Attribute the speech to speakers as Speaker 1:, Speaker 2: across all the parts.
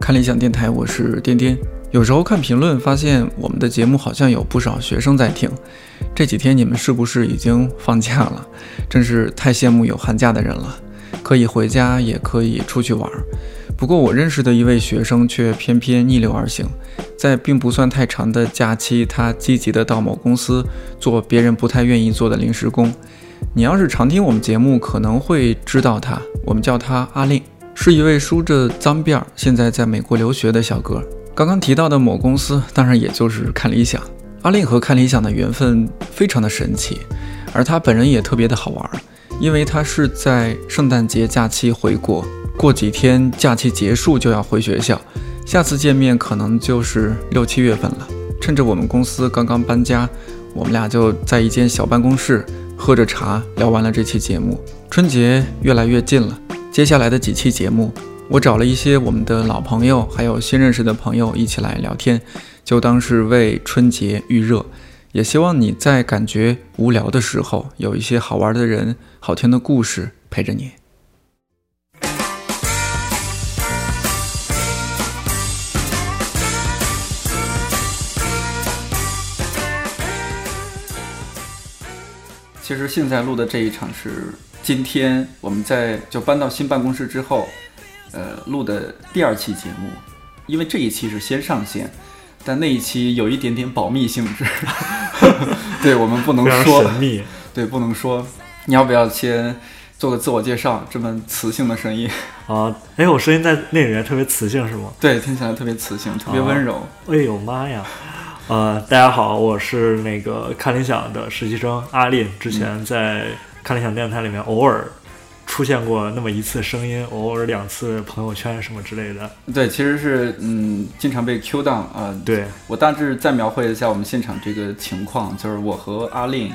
Speaker 1: 看理想电台，我是颠颠。有时候看评论发现我们的节目好像有不少学生在听，这几天你们是不是已经放假了？真是太羡慕有寒假的人了，可以回家，也可以出去玩儿。不过我认识的一位学生却偏偏逆流而行，在并不算太长的假期，他积极的到某公司做别人不太愿意做的临时工。你要是常听我们节目，可能会知道他，我们叫他阿令。是一位梳着脏辫儿，现在在美国留学的小哥。刚刚提到的某公司，当然也就是看理想。阿令和看理想的缘分非常的神奇，而他本人也特别的好玩儿，因为他是在圣诞节假期回国，过几天假期结束就要回学校，下次见面可能就是六七月份了。趁着我们公司刚刚搬家，我们俩就在一间小办公室喝着茶，聊完了这期节目。春节越来越近了。接下来的几期节目，我找了一些我们的老朋友，还有新认识的朋友一起来聊天，就当是为春节预热。也希望你在感觉无聊的时候，有一些好玩的人、好听的故事陪着你。其实现在录的这一场是今天我们在就搬到新办公室之后，呃，录的第二期节目，因为这一期是先上线，但那一期有一点点保密性质， 对我们不能
Speaker 2: 非常
Speaker 1: 说
Speaker 2: 神，秘。
Speaker 1: 对不能说。你要不要先做个自我介绍？这么磁性的声音，
Speaker 2: 啊！哎，我声音在那里面特别磁性是吗？
Speaker 1: 对，听起来特别磁
Speaker 2: 哦
Speaker 1: 性，特别温柔。
Speaker 2: 哎呦妈呀！呃，大家好，我是那个看理想的实习生阿令，之前在看理想电台里面偶尔出现过那么一次声音，偶尔两次朋友圈什么之类的。
Speaker 1: 对，其实是嗯，经常被 Q 到啊、呃。
Speaker 2: 对，
Speaker 1: 我大致再描绘一下我们现场这个情况，就是我和阿令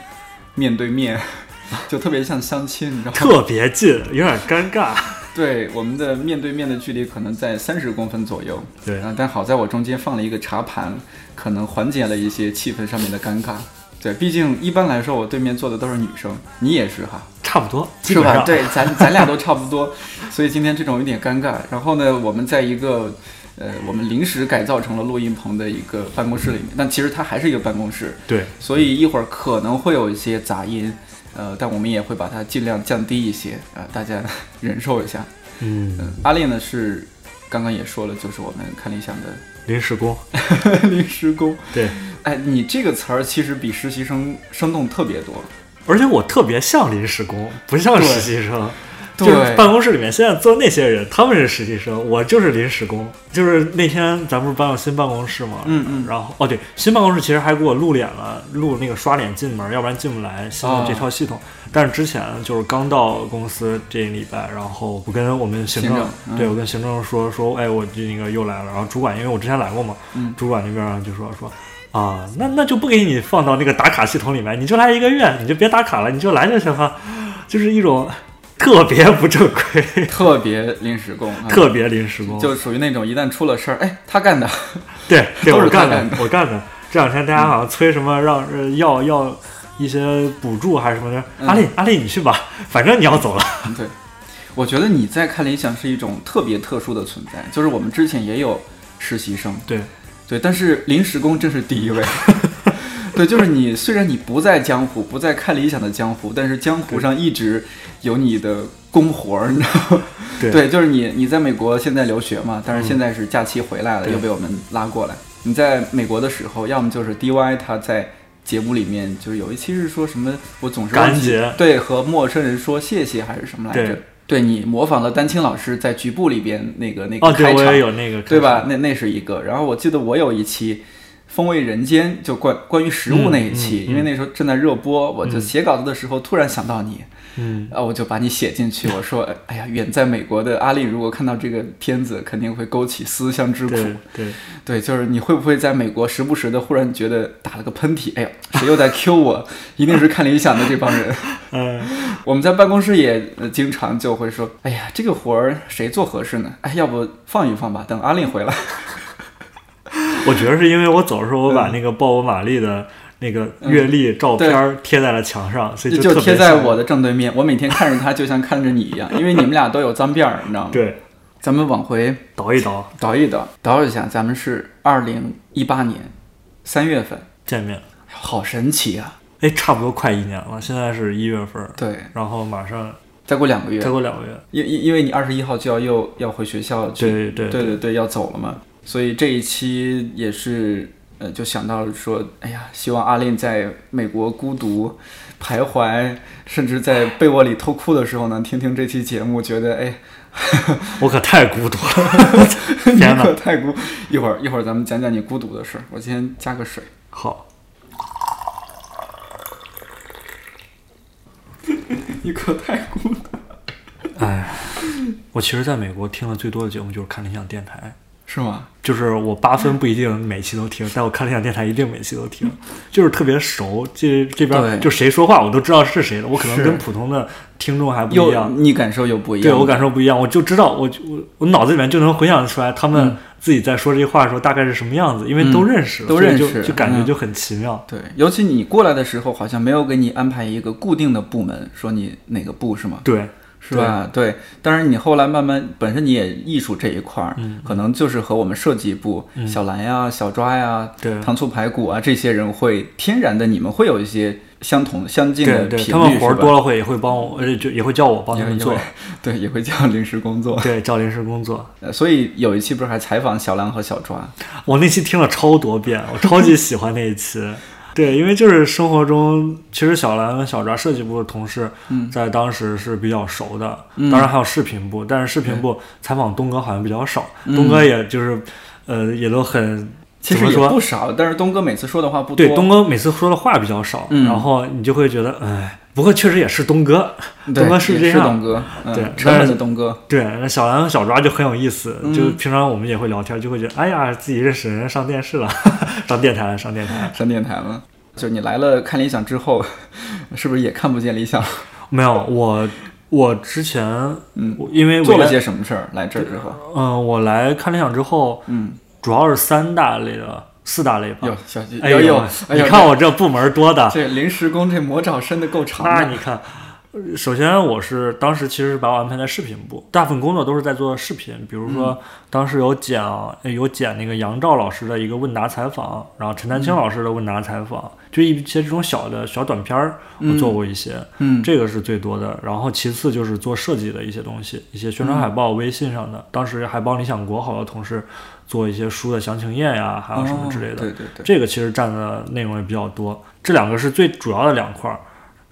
Speaker 1: 面对面， 就特别像相亲，你知道吗？
Speaker 2: 特别近，有点尴尬。
Speaker 1: 对，我们的面对面的距离可能在三十公分左右。
Speaker 2: 对
Speaker 1: 啊，但好在我中间放了一个茶盘，可能缓解了一些气氛上面的尴尬。对，毕竟一般来说我对面坐的都是女生，你也是哈。
Speaker 2: 差不多，基
Speaker 1: 是
Speaker 2: 本
Speaker 1: 吧？
Speaker 2: 上。
Speaker 1: 对，咱咱俩都差不多，所以今天这种有点尴尬。然后呢，我们在一个呃，我们临时改造成了录音棚的一个办公室里面，但其实它还是一个办公室，
Speaker 2: 对
Speaker 1: 所以一会儿可能会有一些杂音，呃，但我们也会把它尽量降低一些啊、呃大家 忍受一下。
Speaker 2: 嗯，
Speaker 1: 阿烈呢是刚刚也说了，就是我们看理想的
Speaker 2: 临时工。
Speaker 1: 临时工。
Speaker 2: 对，
Speaker 1: 哎，你这个词儿其实比实习生生动特别多。
Speaker 2: 而且我特别像临时工，不像
Speaker 1: 对
Speaker 2: 实习生。
Speaker 1: 对
Speaker 2: 就是办公室里面现在坐那些人，他们是实习生，我就是临时工。就是那天咱们不是搬到新办公室嘛，
Speaker 1: 嗯嗯
Speaker 2: 然后哦对，新办公室其实还给我露脸了，录那个刷脸进门，要不然进不来新的这套系统。但是之前就是刚到公司这一礼拜，然后我跟我们行政，
Speaker 1: 行政嗯
Speaker 2: 对我跟行政说说，哎，我这个又来了。然后主管因为我之前来过嘛，
Speaker 1: 嗯
Speaker 2: 主管那边就说说。啊，那那就不给你放到那个打卡系统里面，你就来一个月，你就别打卡了，你就来就行了，就是一种特别不正规，
Speaker 1: 特别临时工，啊
Speaker 2: 特别临时工，
Speaker 1: 就属于那种一旦出了事儿，哎，他干的，
Speaker 2: 对对，
Speaker 1: 都是
Speaker 2: 我
Speaker 1: 他
Speaker 2: 干
Speaker 1: 干
Speaker 2: 的，我干的。这两天大家好像催什么让呃要要一些补助还是什么的，
Speaker 1: 嗯
Speaker 2: 阿丽阿丽你去吧，反正你要走了。
Speaker 1: 对，我觉得你在看理想是一种特别特殊的存在，就是我们之前也有实习生，
Speaker 2: 对
Speaker 1: 对，但是临时工真是第一 位。对，就是你，虽然你不在江湖，不在看理想的江湖，但是江湖上一直有你的公活儿，你知道吗？
Speaker 2: 对
Speaker 1: 对，就是你，你在美国现在留学嘛，但是
Speaker 2: 嗯
Speaker 1: 现在是假期回来了，
Speaker 2: 对
Speaker 1: 又被我们拉过来。你在美国的时候，要么就是 DY 他在节目里面，就是有一期是说什么，我总是忘
Speaker 2: 感
Speaker 1: 记
Speaker 2: 觉
Speaker 1: 对和陌生人说谢谢还是什么来着
Speaker 2: 对？
Speaker 1: 对你模仿了丹青老师在局部里边那个那个
Speaker 2: 哦，
Speaker 1: 开
Speaker 2: 对
Speaker 1: 场，
Speaker 2: 我也有那个，
Speaker 1: 对吧？？那那是一个。然后我记得我有一期《风味人间》，就关关于食物那一期，
Speaker 2: 嗯嗯嗯
Speaker 1: 因为那时候正在热播，我就写稿子的时候突然想到你，
Speaker 2: 嗯，
Speaker 1: 啊，我就把你写进去。我说，哎呀，远在美国的阿丽如果看到这个片子，肯定会勾起思乡之苦。
Speaker 2: 对对，
Speaker 1: 对，就是你会不会在美国时不时的忽然觉得打了个喷嚏？哎呀，谁又在 Q 我？一定是看理想的这帮人。
Speaker 2: 嗯，
Speaker 1: 我们在办公室也呃经常就会说，哎呀，这个活儿谁做合适呢？哎，要不放一放吧，等阿令回来。
Speaker 2: 我觉得是因为我走的时候，我
Speaker 1: 嗯
Speaker 2: 把那个鲍勃玛丽的那个阅历照片儿贴在了墙 上，所以
Speaker 1: 就
Speaker 2: 特别
Speaker 1: 贴在
Speaker 2: 像
Speaker 1: 我的正对面，我每天看着他就像看着你一样，因为你们俩都有脏辫儿，你知道吗？
Speaker 2: 对
Speaker 1: 咱们往回
Speaker 2: 倒一倒
Speaker 1: 倒一倒，倒一下，咱们是二零一八年三月份，
Speaker 2: 见面。
Speaker 1: 好神奇啊！
Speaker 2: 哎，差不多快一年了，现在是一月份，
Speaker 1: 对，
Speaker 2: 然后马上
Speaker 1: 再过两个月
Speaker 2: 再，过两个月，
Speaker 1: 因因因为你二十一号就要又要回学校去
Speaker 2: 对对
Speaker 1: 对对对，要走了嘛，所以这一期也是，呃，就想到了说，哎呀，希望阿令在美国孤独徘徊，甚至在被窝里偷哭的时候呢，听听这期节目，觉得哎，
Speaker 2: 我可太孤独了。
Speaker 1: 你
Speaker 2: 天哪
Speaker 1: 可太孤。一会儿一会儿咱们讲讲你孤独的事儿，我先加个水。
Speaker 2: 好，
Speaker 1: 你可太孤独。
Speaker 2: 哎，我其实在美国听的最多的节目就是看理想电台，
Speaker 1: 是吗？
Speaker 2: 就是我八分不一定每期 都听，但我看理想电台一定每期都听，就是特别熟。这这
Speaker 1: 对
Speaker 2: 边就谁说话我都知道是谁的，我可能
Speaker 1: 是
Speaker 2: 跟普通的听众还不一
Speaker 1: 又
Speaker 2: 样。
Speaker 1: 你感受又不一样。
Speaker 2: 对我感受不一样，我就知道，我就我我脑子里面就能回想出来他们自己在说这些话的时候大概是什么样子，因为都认识，
Speaker 1: 嗯都
Speaker 2: 所以
Speaker 1: 认
Speaker 2: 就
Speaker 1: 识
Speaker 2: 就感觉
Speaker 1: 嗯
Speaker 2: 就很奇妙。
Speaker 1: 对，尤其你过来的时候，好像没有给你安排一个固定的部门，说你哪个部是吗？
Speaker 2: 对，
Speaker 1: 是吧？对，当然你后来慢慢本身你也艺术这一块儿，
Speaker 2: 嗯
Speaker 1: 可能就是和我们设计部、小兰呀、小抓呀、
Speaker 2: 对
Speaker 1: 糖醋排骨啊这些人会天然的，你们会有一些相同相近的
Speaker 2: 对
Speaker 1: 频率，
Speaker 2: 对，他们活儿
Speaker 1: 是吧
Speaker 2: 多了会也会帮我，呃，就也会叫我帮他
Speaker 1: 也
Speaker 2: 们
Speaker 1: 也
Speaker 2: 做
Speaker 1: 会，对，也会叫 临时工作。
Speaker 2: 对，叫临时工作。
Speaker 1: 呃所以有一期不是还采访小兰和小抓，
Speaker 2: 我那期听了超多遍，我超级喜欢那一期。对，因为就是生活中，其实小兰跟小抓设计部的同事，
Speaker 1: 嗯
Speaker 2: 在当时是比较熟的。当然还有视频部，但是视频部采访东哥好像比较少。
Speaker 1: 嗯
Speaker 2: 东哥也就是，呃，也都很
Speaker 1: 其
Speaker 2: 怎
Speaker 1: 实
Speaker 2: 么
Speaker 1: 也
Speaker 2: 说
Speaker 1: 不少，但是东哥每次说的话不多。
Speaker 2: 对，东哥每次说的话比较少，
Speaker 1: 嗯
Speaker 2: 然后你就会觉得，哎，不过确实也是东哥，
Speaker 1: 对
Speaker 2: 东哥是这
Speaker 1: 也是
Speaker 2: 样
Speaker 1: 东。哥，嗯
Speaker 2: 对
Speaker 1: 沉稳的东哥。
Speaker 2: 对，那小兰和小抓就很有意思，就
Speaker 1: 嗯
Speaker 2: 平常我们也会聊天，就会觉得，哎呀，自己认识人，上电视了， 上电台了，上电台了。
Speaker 1: 上电台了。就你来了看理想之后， 是不是也看不见理想？
Speaker 2: 没有，我我之前，
Speaker 1: 嗯
Speaker 2: 我，因为我
Speaker 1: 做了
Speaker 2: 来，
Speaker 1: 些什么事儿？来这儿之后，
Speaker 2: 嗯、我来看理想之后，
Speaker 1: 嗯，
Speaker 2: 主要是三大类的，四大类吧。
Speaker 1: 有小
Speaker 2: 哎
Speaker 1: 有有，啊哎
Speaker 2: 你
Speaker 1: 呦，
Speaker 2: 看我这部门多的，
Speaker 1: 这临时工这魔爪伸得够长
Speaker 2: 那
Speaker 1: 的。
Speaker 2: 你看。呃首先，我是当时其实把我安排在视频部，大部分工作都是在做视频，比如
Speaker 1: 嗯
Speaker 2: 说当时有讲有剪那个杨照老师的一个问答采访，然后陈
Speaker 1: 嗯
Speaker 2: 丹青老师的问答采访，就一些这种小的小短片儿，我做过一些。
Speaker 1: 嗯
Speaker 2: 这个是最多的。然后其次就是做设计的一些东西，一些宣传海报、微信上
Speaker 1: 嗯
Speaker 2: 的，当时还帮理想国好多同事做一些书的详情页呀、还有什么之类
Speaker 1: 哦
Speaker 2: 的。
Speaker 1: 对对对，
Speaker 2: 这个其实占的内容也比较多，这两个是最主要的两块儿。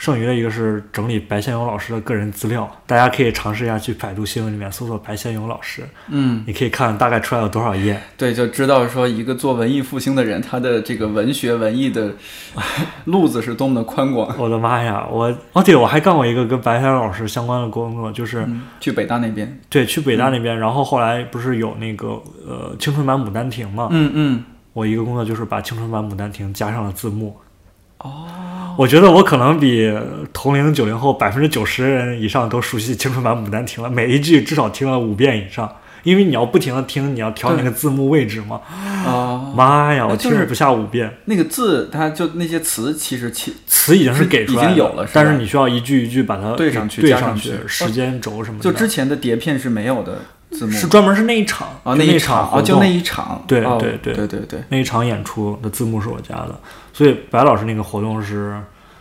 Speaker 2: 剩余的一个是整理白先勇老师的个人资料，大家可以尝试一下去百度新闻里面搜索白先勇老师，
Speaker 1: 嗯，
Speaker 2: 你可以看大概出来有多少页。
Speaker 1: 对，就知道说一个做文艺复兴的人，他的这个文学文艺的路子是多么的宽广。
Speaker 2: 我的妈呀！我哦对，我还干过一个跟白先勇老师相关的工作，就是
Speaker 1: 嗯，去北大那边，
Speaker 2: 对，去北大
Speaker 1: 嗯
Speaker 2: 那边，然后后来不是有那个呃青春版《牡丹亭》嘛？
Speaker 1: 嗯嗯，
Speaker 2: 我一个工作就是把青春版《牡丹亭》加上了字幕。哦，我觉得我可能比同龄九零后百分之九十人以上都熟悉青春版《牡丹亭》了，每一句至少听了五遍以上，因为你要不停的听，你要调那个字幕位置嘛。
Speaker 1: 哦，
Speaker 2: 妈呀，
Speaker 1: 那
Speaker 2: 我
Speaker 1: 就
Speaker 2: 听
Speaker 1: 是
Speaker 2: 了不下五遍，
Speaker 1: 那个字，它就那些词，其实其
Speaker 2: 词已经是
Speaker 1: 是
Speaker 2: 给
Speaker 1: 已
Speaker 2: 出来
Speaker 1: 经有了是
Speaker 2: 但
Speaker 1: 吧
Speaker 2: 是你需要一句一句把它
Speaker 1: 对上去
Speaker 2: 对
Speaker 1: 加
Speaker 2: 上
Speaker 1: 上去
Speaker 2: 时间轴什么的，
Speaker 1: 就之前的碟片是没有的字幕
Speaker 2: 是专门是那一场
Speaker 1: 啊，
Speaker 2: 就
Speaker 1: 那
Speaker 2: 那
Speaker 1: 一场
Speaker 2: 活
Speaker 1: 啊，就
Speaker 2: 动
Speaker 1: 那一场，
Speaker 2: 对
Speaker 1: 哦
Speaker 2: 对
Speaker 1: 对
Speaker 2: 对
Speaker 1: 对对，
Speaker 2: 那一场演出的字幕是我加的，所以白老师那个活动是，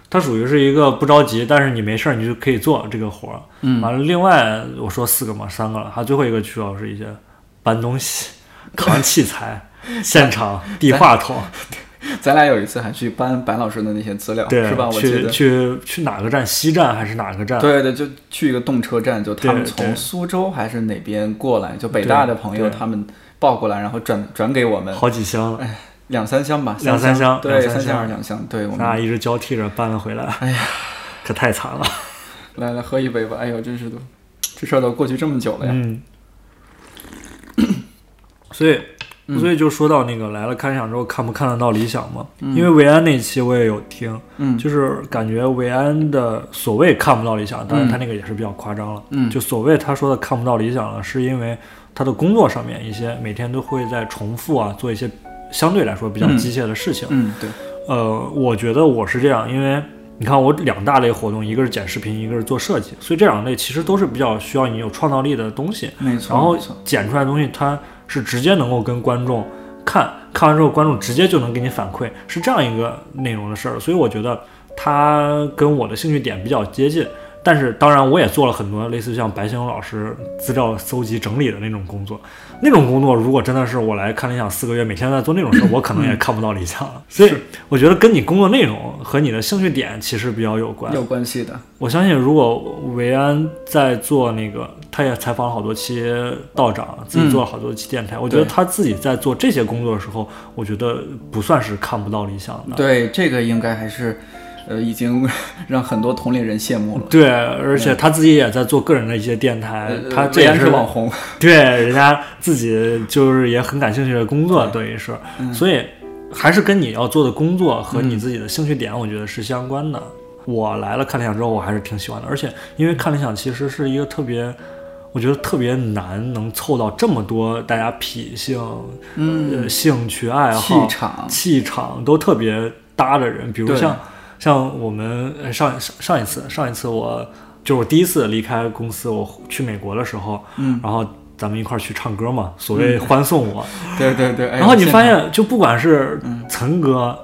Speaker 2: 他属于是一个不着急，但是你没事儿你就可以做这个活儿。
Speaker 1: 嗯
Speaker 2: 完了，另外我说四个嘛，三个了，还有最后一个需要是一些搬 东西、扛器材、现场递话筒，
Speaker 1: 咱俩有一次还去搬白老师的那些资料，
Speaker 2: 对，
Speaker 1: 是吧？我记
Speaker 2: 去
Speaker 1: 得，
Speaker 2: 去去哪个站？西站还是哪个站？
Speaker 1: 对对，就去一个动车站，就他们
Speaker 2: 对
Speaker 1: 从
Speaker 2: 啊对
Speaker 1: 苏州还是哪边过来，就北大的朋友
Speaker 2: 对
Speaker 1: 他们报过来，然后转转给我们
Speaker 2: 好几箱，
Speaker 1: 两三箱吧，
Speaker 2: 两
Speaker 1: 三
Speaker 2: 三箱
Speaker 1: 对，
Speaker 2: 两三
Speaker 1: 三
Speaker 2: 箱啊
Speaker 1: 还是两箱？对，哎我
Speaker 2: 咱俩
Speaker 1: 们
Speaker 2: 一直交替着搬了回来。哎呀，可太惨了。
Speaker 1: 来来喝一杯吧。哎呦，真是的，这事儿都过去这么久了呀。
Speaker 2: 嗯，
Speaker 1: 嗯
Speaker 2: 所以所以就说到那个来了看理想之后看不看得到理想嘛？因为维安那期我也有听，
Speaker 1: 嗯
Speaker 2: 就是感觉维安的所谓看不到理想，当然他那个也是比较夸张了。
Speaker 1: 嗯
Speaker 2: 就所谓他说的看不到理想了，是因为他的工作上面一些每天都会在重复啊，做一些相对来说比较
Speaker 1: 嗯
Speaker 2: 机械的事情。
Speaker 1: 嗯，对，
Speaker 2: 呃，我觉得我是这样，因为你看我两大类活动，一个是剪视频，一个是做设计，所以这两类其实都是比较需要你有创造力的东西。
Speaker 1: 没错，
Speaker 2: 然后
Speaker 1: 没错
Speaker 2: 剪出来的东西，它是直接能够跟观众看，看完之后观众直接就能给你反馈，是这样一个内容的事儿。所以我觉得它跟我的兴趣点比较接近。但是当然，我也做了很多类似像白先勇老师资料搜集整理的那种工作。那种工作如果真的是我来看理想四个月，每天在做那种事儿，我可能也看不到理想了。所以
Speaker 1: 是
Speaker 2: 我觉得跟你工作内容和你的兴趣点其实比较有关。
Speaker 1: 有关系的，
Speaker 2: 我相信，如果维安在做那个，他也采访了好多期道长，自己做了好多期电台。我觉得
Speaker 1: 对
Speaker 2: 他自己在做这些工作的时候，我觉得不算是看不到理想的。
Speaker 1: 对这个应该还是，呃，已经 让很多同龄人羡慕了。
Speaker 2: 对，而且他自己也在做个人的一些电台，
Speaker 1: 呃
Speaker 2: 嗯他
Speaker 1: 呃
Speaker 2: 这
Speaker 1: 魏
Speaker 2: 也
Speaker 1: 安是网 红，
Speaker 2: 对人家自己就是也很感兴趣的工作，等于是，
Speaker 1: 嗯
Speaker 2: 所以还是跟你要做的工作和你自己的兴趣点，我觉得是相关的。我来了看理想之后，我还是挺喜欢的，而且因为看理想其实是一个特别，我觉得特别难能凑到这么多大家脾性、
Speaker 1: 嗯，
Speaker 2: 呃兴趣爱
Speaker 1: 气
Speaker 2: 好、
Speaker 1: 场，
Speaker 2: 气场都特别搭的人，比如
Speaker 1: 对
Speaker 2: 像像我们呃上上上一次上一次我就是我第一次离开公司，我去美国的时候，
Speaker 1: 嗯，
Speaker 2: 然后咱们一块儿去唱歌嘛，所谓欢送我。
Speaker 1: 对对嗯对。哎嗯
Speaker 2: 然后你
Speaker 1: 现
Speaker 2: 发
Speaker 1: 场
Speaker 2: 现，就不管是岑哥，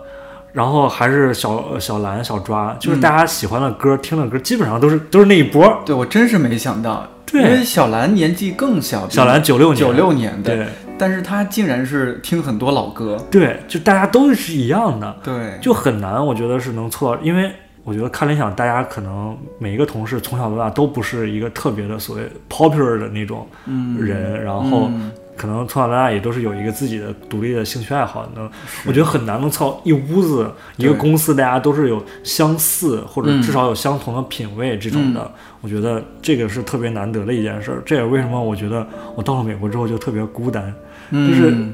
Speaker 2: 然后还是小小兰、小抓，就是大家喜欢的歌、听的歌，基本上都是都是那一波。
Speaker 1: 对我真是没想到，
Speaker 2: 对
Speaker 1: 因为小兰年纪更小，
Speaker 2: 小兰九六年，
Speaker 1: 九六年的，
Speaker 2: 对
Speaker 1: 但是她竟然是听很多老歌，
Speaker 2: 对，就大家都是一样的，
Speaker 1: 对，
Speaker 2: 就很难。我觉得是能凑到，因为。我觉得看理想，大家可能每一个同事从小到大都不是一个特别的所谓 popular 的那种
Speaker 1: 嗯
Speaker 2: 人，然后
Speaker 1: 嗯
Speaker 2: 可能从小到大也都是有一个自己的独立的兴趣爱好，能我觉得很难能凑一屋子一个
Speaker 1: 对
Speaker 2: 公司，大家都是有相似或者
Speaker 1: 嗯
Speaker 2: 至少有相同的品味这种的，我觉得这个是特别难得的一件事儿。这也为什么我觉得我到了美国之后就特别孤单，就是
Speaker 1: 嗯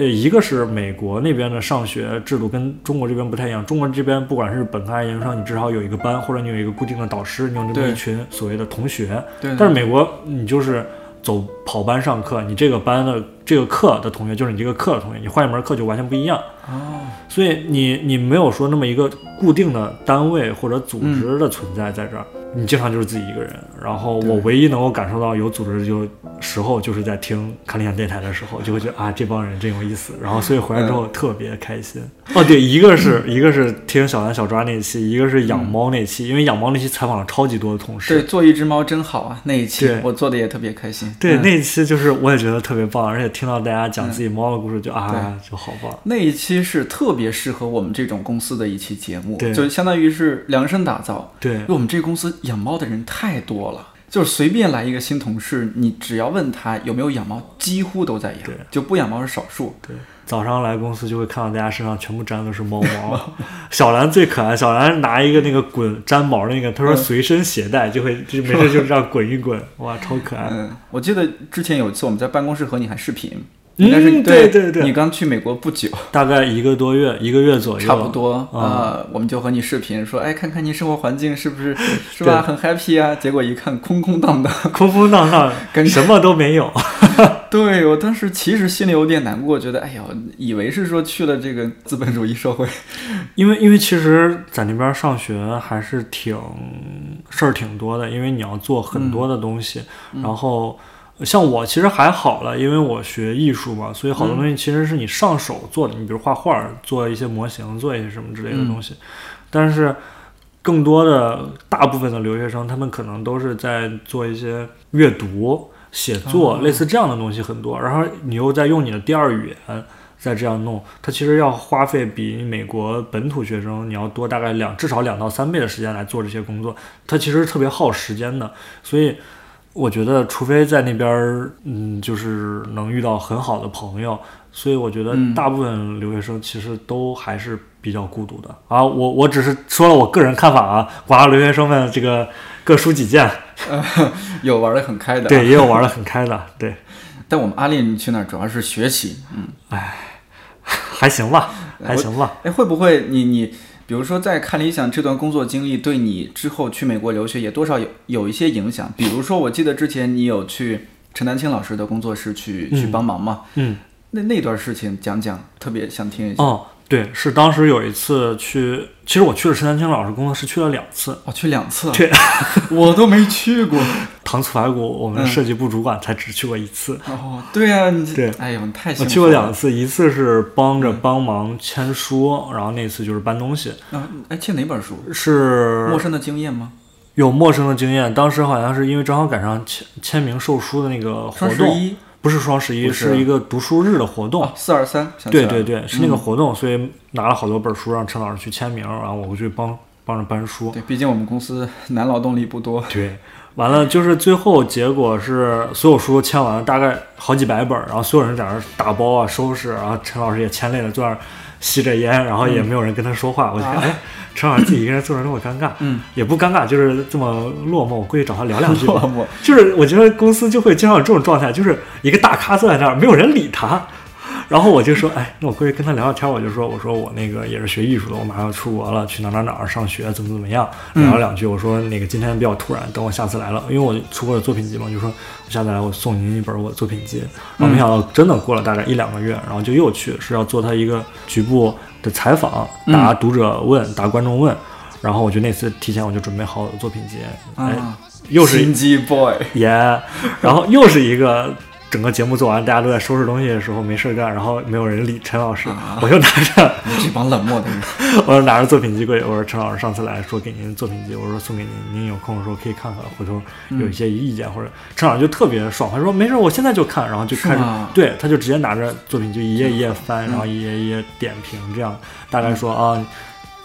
Speaker 2: 呃，一个是美国那边的上学制度跟中国这边不太一样，中国这边不管是本科还是研究生，你至少有一个班，或者你有一个固定的导师，你有这么
Speaker 1: 对
Speaker 2: 一群所谓的同学。
Speaker 1: 对，
Speaker 2: 但是美国你就是走跑班上课，你这个班的这个课的同学就是你这个课的同学，你换一门课就完全不一样。
Speaker 1: 哦，
Speaker 2: 所以你你没有说那么一个固定的单位或者组织的存在在这儿，你经常就是自己一个人。然后我
Speaker 1: 对
Speaker 2: 唯一能够感受到有组织就时候，就是在听看理想电台的时候，就会觉得啊这帮人真有意思。然后所以回来之后特别开心。哦，对，一个是一个是听小兰小抓那期，一个是养猫那期，因为养猫那期采访了超级多的同事。
Speaker 1: 对，做一只猫真好啊！那一期
Speaker 2: 对
Speaker 1: 我做的也特别开心。
Speaker 2: 对，
Speaker 1: 嗯
Speaker 2: 那一期就是我也觉得特别棒，而且听到大家讲自己猫的故事就，啊，就好棒。
Speaker 1: 那一期是特别适合我们这种公司的一期节目
Speaker 2: 对，
Speaker 1: 就相当于是量身打造。
Speaker 2: 对
Speaker 1: 因为我们这公司养猫的人太多了，就是随便来一个新同事，你只要问他有没有养猫，几乎都在养
Speaker 2: 对，
Speaker 1: 就不养猫是少数。
Speaker 2: 对，早上来公司就会看到大家身上全部沾的是猫毛。小兰最可爱，小兰拿一个那个滚粘毛那个，她
Speaker 1: 嗯
Speaker 2: 说随身携带，就会就没事就这样滚一滚，哇，超可爱。
Speaker 1: 嗯，我记得之前有一次我们在办公室和你还视频，
Speaker 2: 嗯
Speaker 1: 应该是
Speaker 2: 对对
Speaker 1: 对
Speaker 2: 对
Speaker 1: 你刚去美国不久，
Speaker 2: 大概一个多月，一个月左右，
Speaker 1: 差不多啊、
Speaker 2: 啊
Speaker 1: 呃我们就和你视频说，哎，看看你生活环境是 不是是吧，很 happy 啊？结果一看空空荡 荡，
Speaker 2: 空空荡荡，
Speaker 1: 跟
Speaker 2: 什么都没有。
Speaker 1: 对我当时其实心里有点难过，觉得哎呦，以为是说去了这个资本主义社会，
Speaker 2: 因为因为其实在那边上学还是挺事儿挺多的，因为你要做很多的东西。然后像我其实还好了，因为我学艺术嘛，所以好多东西其实是你上手做的，你比如画画、做一些模型、做一些什么之类的东西。但是更多的大部分的留学生，他们可能都是在做一些阅读、写作，类似这样的东西很多。然后你又在用你的第二语言再这样弄，它其实要花费比美国本土学生你要多大概两至少两到三倍的时间来做这些工作，它其实特别耗时间的。所以我觉得，除非在那边儿，嗯，就是能遇到很好的朋友，所以我觉得
Speaker 1: 嗯
Speaker 2: 大部分留学生其实都还是比较孤独的啊。我我只是说了我个人看法啊，广大留学生们这个各抒己见，
Speaker 1: 有玩的很开的、啊
Speaker 2: 对，，也有玩的很开的，对，
Speaker 1: 但我们阿令去那儿主要是学习，嗯，
Speaker 2: 还行吧，还行吧。
Speaker 1: 哎，会不会你你？比如说，在看理想这段工作经历，对你之后去美国留学也多少有有一些影响。比如说，我记得之前你有去陈丹青老师的工作室去、去帮忙嘛，
Speaker 2: 嗯，
Speaker 1: 那那段事情讲讲，特别想听一下。
Speaker 2: 哦，对，是当时有一次去，其实我去了陈丹青老师工作室去了两次，
Speaker 1: 哦，去两次，
Speaker 2: 对，
Speaker 1: 我都没去过。
Speaker 2: 糖醋排骨我们
Speaker 1: 嗯
Speaker 2: 设计部主管才只去过一次，
Speaker 1: 哦，对呀、啊，你
Speaker 2: 对
Speaker 1: 哎呦，你太
Speaker 2: 我
Speaker 1: 幸
Speaker 2: 去
Speaker 1: 福
Speaker 2: 过
Speaker 1: 了
Speaker 2: 两。次，一次是帮着帮忙签书，然后那次就是搬东西，
Speaker 1: 啊，哎，借哪本书？
Speaker 2: 是
Speaker 1: 陌生的经验吗？
Speaker 2: 有陌生的经验。当时好像是因为正好赶上签签名售书的那个活
Speaker 1: 双十
Speaker 2: 动，
Speaker 1: 一
Speaker 2: 不是双十一，
Speaker 1: 不是
Speaker 2: 是一个读书日的活动。
Speaker 1: 哦，四二三，想起
Speaker 2: 对
Speaker 1: 来
Speaker 2: 对
Speaker 1: 了，
Speaker 2: 对，是那个活动，所以拿了好多本书让陈老师去签名，然后我去帮帮着搬书。
Speaker 1: 对，毕竟我们公司男劳动力不多。
Speaker 2: 对，完了就是最后结果是所有书都签完了，大概好几百本儿，然后所有人在那儿打包啊、收拾，然后陈老师也签累了，坐那儿吸着烟，然后也没有人跟他说话。我就觉得，哎，陈老师自己一个人坐着那么尴尬，
Speaker 1: 嗯，
Speaker 2: 也不尴尬，就是这么落寞。我过去找他聊两句吧。
Speaker 1: 我
Speaker 2: 就是我觉得公司就会经常有这种状态，就是一个大咖坐在那儿，没有人理他。 然后我就说，哎，那我过去跟他聊聊天，我就说，我说我那个也是学艺术的，我马上要出国了，去哪哪哪儿上学，怎么怎么样，
Speaker 1: 嗯
Speaker 2: 聊了两句。我说那个今天比较突然，等我下次来了，因为我出过的作品集嘛，我就说我下次来我送您一本我的作品集。然后
Speaker 1: 嗯
Speaker 2: 没想到真的过了大概一两个月，然后就又去是要做他一个局部的采访，答
Speaker 1: 嗯
Speaker 2: 读者问，答观众问。然后我就那次提前我就准备好我的作品集，哎，
Speaker 1: 啊，
Speaker 2: 又是
Speaker 1: 心机 boy，
Speaker 2: 耶、然后又是一个整个节目做完，大家都在收拾东西的时候没事儿干，然后没有人理陈老师，我就拿着
Speaker 1: 你这帮冷漠的人，
Speaker 2: 我就拿着作品集柜，我说陈老师上次来说给您作品集，我说送给您，您有空的时候可以看看，回头有
Speaker 1: 嗯
Speaker 2: 一些意见、或者陈老师就特别爽快说没事儿，我现在就看，然后就开始
Speaker 1: 是吗嗯
Speaker 2: 对，他就直接拿着作品就一页一页翻，然后一页一页点评，这样大概说啊。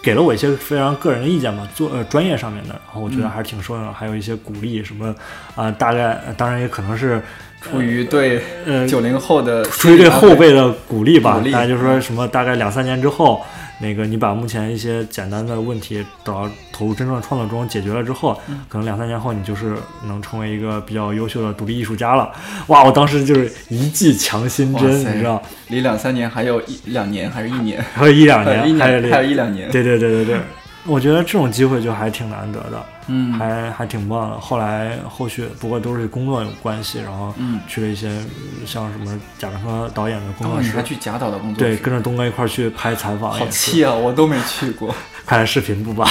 Speaker 2: 给了我一些非常个人的意见嘛，做呃专业上面的，然后我觉
Speaker 1: 嗯
Speaker 2: 得还是挺受用的，还有一些鼓励什么，啊、大概当然也可能是
Speaker 1: 出于对
Speaker 2: 呃
Speaker 1: 九零后的
Speaker 2: 出于对后辈的鼓励吧
Speaker 1: 鼓，励
Speaker 2: 大家就说什么大概两三年之后，那个你把目前一些简单的问题找到投入真正的创作中解决了之后，
Speaker 1: 嗯
Speaker 2: 可能两三年后你就是能成为一个比较优秀的独立艺术家了。哇，我当时就是一剂强心针，
Speaker 1: 哇塞
Speaker 2: 你知道，
Speaker 1: 离两三年还有一两年，还是一年，
Speaker 2: 还有一两
Speaker 1: 还有一
Speaker 2: 年，还有
Speaker 1: 年，还有一两年。
Speaker 2: 对对对对对，我觉得这种机会就还挺难得的。
Speaker 1: 嗯
Speaker 2: 还还挺棒的。后来后续不过都是工作有关系，然后
Speaker 1: 嗯
Speaker 2: 去了一些呃像什么贾樟柯导演的工
Speaker 1: 然后
Speaker 2: 作
Speaker 1: 你
Speaker 2: 室，
Speaker 1: 还去贾岛的工作
Speaker 2: 对，
Speaker 1: 室，
Speaker 2: 跟着东哥一块儿去拍采访，
Speaker 1: 好
Speaker 2: 也是
Speaker 1: 气啊！我都没去过。
Speaker 2: 看视频不吧？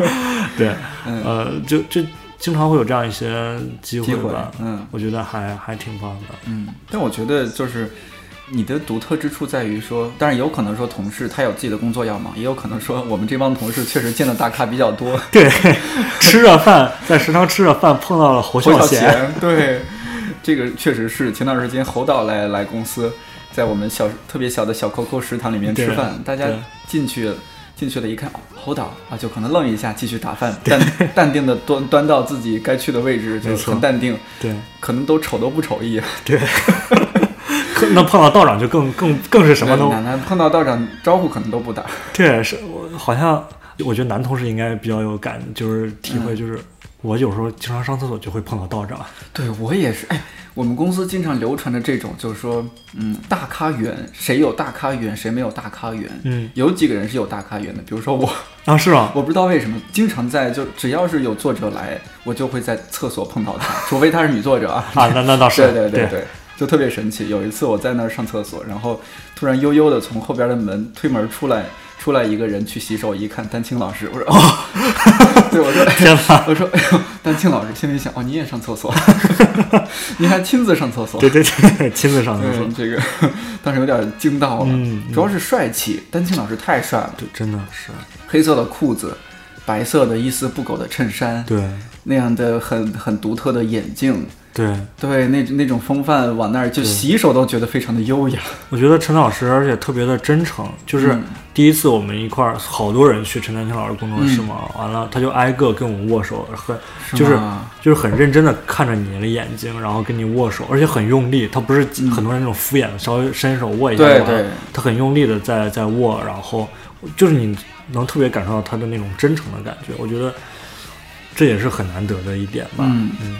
Speaker 2: 对，
Speaker 1: 嗯
Speaker 2: 呃，就就经常会有这样一些机
Speaker 1: 机会
Speaker 2: 吧，，
Speaker 1: 嗯
Speaker 2: 我觉得还还挺棒的。
Speaker 1: 嗯。但我觉得就是你的独特之处在于说，当然有可能说同事他有自己的工作要忙，也有可能说我们这帮同事确实见的大咖比较多，
Speaker 2: 对，吃着饭在食堂吃着饭碰到了侯
Speaker 1: 侯
Speaker 2: 孝
Speaker 1: 小
Speaker 2: 贤，
Speaker 1: 贤，对，这个确实是前段时间侯导来来公司，在我们小特别小的小 COCO 食堂里面吃
Speaker 2: 对
Speaker 1: 饭，大家
Speaker 2: 对
Speaker 1: 进去进去了一看，哦侯导啊，就可能愣一下，继续打饭，淡淡定的端端到自己该去的位置，就
Speaker 2: 没错
Speaker 1: 很淡定，
Speaker 2: 对
Speaker 1: 可能都瞅都不瞅一眼。
Speaker 2: 对。 可那碰到道长就更更更是什么都
Speaker 1: 奶奶碰到道长招呼可能都不打，
Speaker 2: 对，是我好像我觉得男同事应该比较有感，就是体
Speaker 1: 嗯
Speaker 2: 会，就是、我有时候经常上厕所就会碰到道长，
Speaker 1: 对我也是，哎，我们公司经常流传着这种，就是说，嗯，大咖缘，谁有大咖缘，谁没有大咖缘。
Speaker 2: 嗯，
Speaker 1: 有几个人是有大咖缘的，比如说我，
Speaker 2: 啊 是吗？
Speaker 1: 我不知道为什么，经常在就只要是有作者来，我就会在厕所碰到他，除非她是女作者 啊。
Speaker 2: 啊，那那倒是，
Speaker 1: 对对对对，就特别神奇。有一次我在那儿上厕所，然后突然悠悠的从后边的门推门出来，出来一个人去洗手，一看丹青老师，我说哦， 对，我说
Speaker 2: 天哪，
Speaker 1: 我说，哎呦，丹青老师心里想，哦，你也上厕所， 你还亲自上厕所，
Speaker 2: 对对对，亲自上厕所
Speaker 1: 对，这个 当时有点惊到了，
Speaker 2: 嗯嗯
Speaker 1: 主要是帅气，丹青老师太帅了，
Speaker 2: 对，真的是，
Speaker 1: 黑色的裤子，白色的一丝不苟的衬衫，
Speaker 2: 对
Speaker 1: 那样的很很独特的眼镜，
Speaker 2: 对，
Speaker 1: 对，那那种风范往那儿就洗手都觉得非常的优雅，
Speaker 2: 我觉得陈老师而且特别的真诚，就是
Speaker 1: 嗯
Speaker 2: 第一次我们一块儿好多人去陈丹青老师工作
Speaker 1: 嗯
Speaker 2: 室嘛，完了他就挨个跟我们握手，很就是
Speaker 1: 吗
Speaker 2: 就是很认真的看着你的眼睛，然后跟你握手，而且很用力，他不是很多人那种敷衍的，稍微伸手握一下
Speaker 1: 嗯对
Speaker 2: 就完了
Speaker 1: 对
Speaker 2: 他很用力的在在握，然后就是你能特别感受到他的那种真诚的感觉，我觉得这也是很难得的一点吧。
Speaker 1: 嗯
Speaker 2: 嗯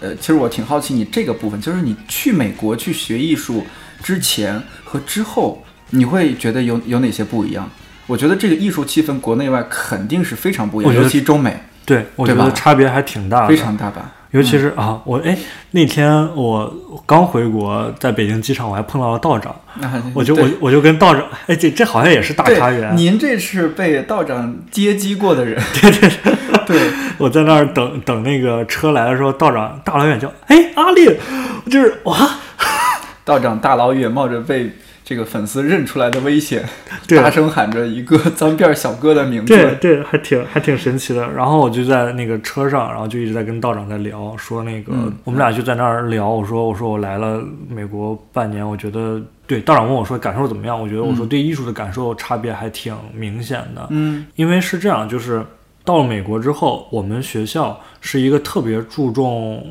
Speaker 1: 呃，其实我挺好奇你这个部分，就是你去美国去学艺术之前和之后，你会觉得有有哪些不一样？我觉得这个艺术气氛国内外肯定是非常不一样，
Speaker 2: 我觉得
Speaker 1: 尤其中美
Speaker 2: 对，我觉
Speaker 1: 对吧
Speaker 2: 得差别还挺大的，
Speaker 1: 非常大吧？
Speaker 2: 尤其是、啊，我哎那天我刚回国，在北京机场我还碰到了道长，
Speaker 1: 那
Speaker 2: 我就我
Speaker 1: 啊嗯对
Speaker 2: 我就跟道长，哎这这好像也是大茶
Speaker 1: 对，
Speaker 2: 园，
Speaker 1: 您这是被道长接机过 的人，对 对
Speaker 2: 我在那儿等等那个车来的时候，道长大老远叫哎阿丽，就是哇，
Speaker 1: 嗯道长大老远冒着被这个粉丝认出来的危险，
Speaker 2: 对
Speaker 1: 大声喊着一个脏辫儿小哥的名
Speaker 2: 对
Speaker 1: 字，
Speaker 2: 对，还挺还挺神奇的。然后我就在那个车上，然后就一直在跟道长在聊，说那个、
Speaker 1: 嗯
Speaker 2: 我们俩就在那儿聊，我说我说我来了美国半年，我觉得对道长问我说感受怎么样，我觉得我说对艺术的感受差别还挺明显的，
Speaker 1: 嗯
Speaker 2: 因为是这样，就是到了美国之后，我们学校是一个特别注重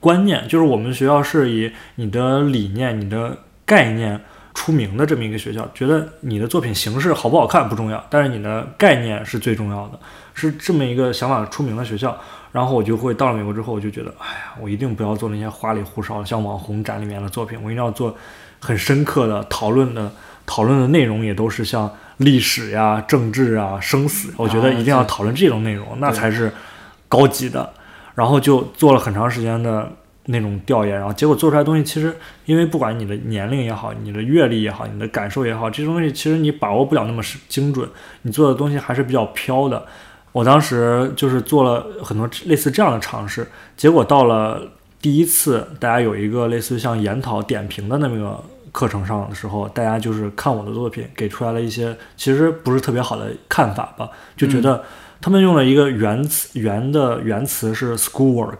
Speaker 2: 观念，就是我们学校是以你的理念、你的概念出名的这么一个学校，觉得你的作品形式好不好看不重要，但是你的概念是最重要的，是这么一个想法出名的学校。然后我就会到了美国之后，我就觉得，哎呀，我一定不要做那些花里胡哨的像网红展里面的作品，我一定要做很深刻的讨论的讨论的内容，也都是像历史呀、政治啊、生死，我觉得一定要讨论这种内容，那才是高级的。然后就做了很长时间的那种调研，然后结果做出来的东西，其实因为不管你的年龄也好，你的阅历也好，你的感受也好，这些东西其实你把握不了那么是精准，你做的东西还是比较飘的。我当时就是做了很多类似这样的尝试，结果到了第一次大家有一个类似于像研讨点评的那么个课程上的时候，大家就是看我的作品，给出来了一些其实不是特别好的看法吧，就觉得他们用了一个原词原的原词是 schoolwork，、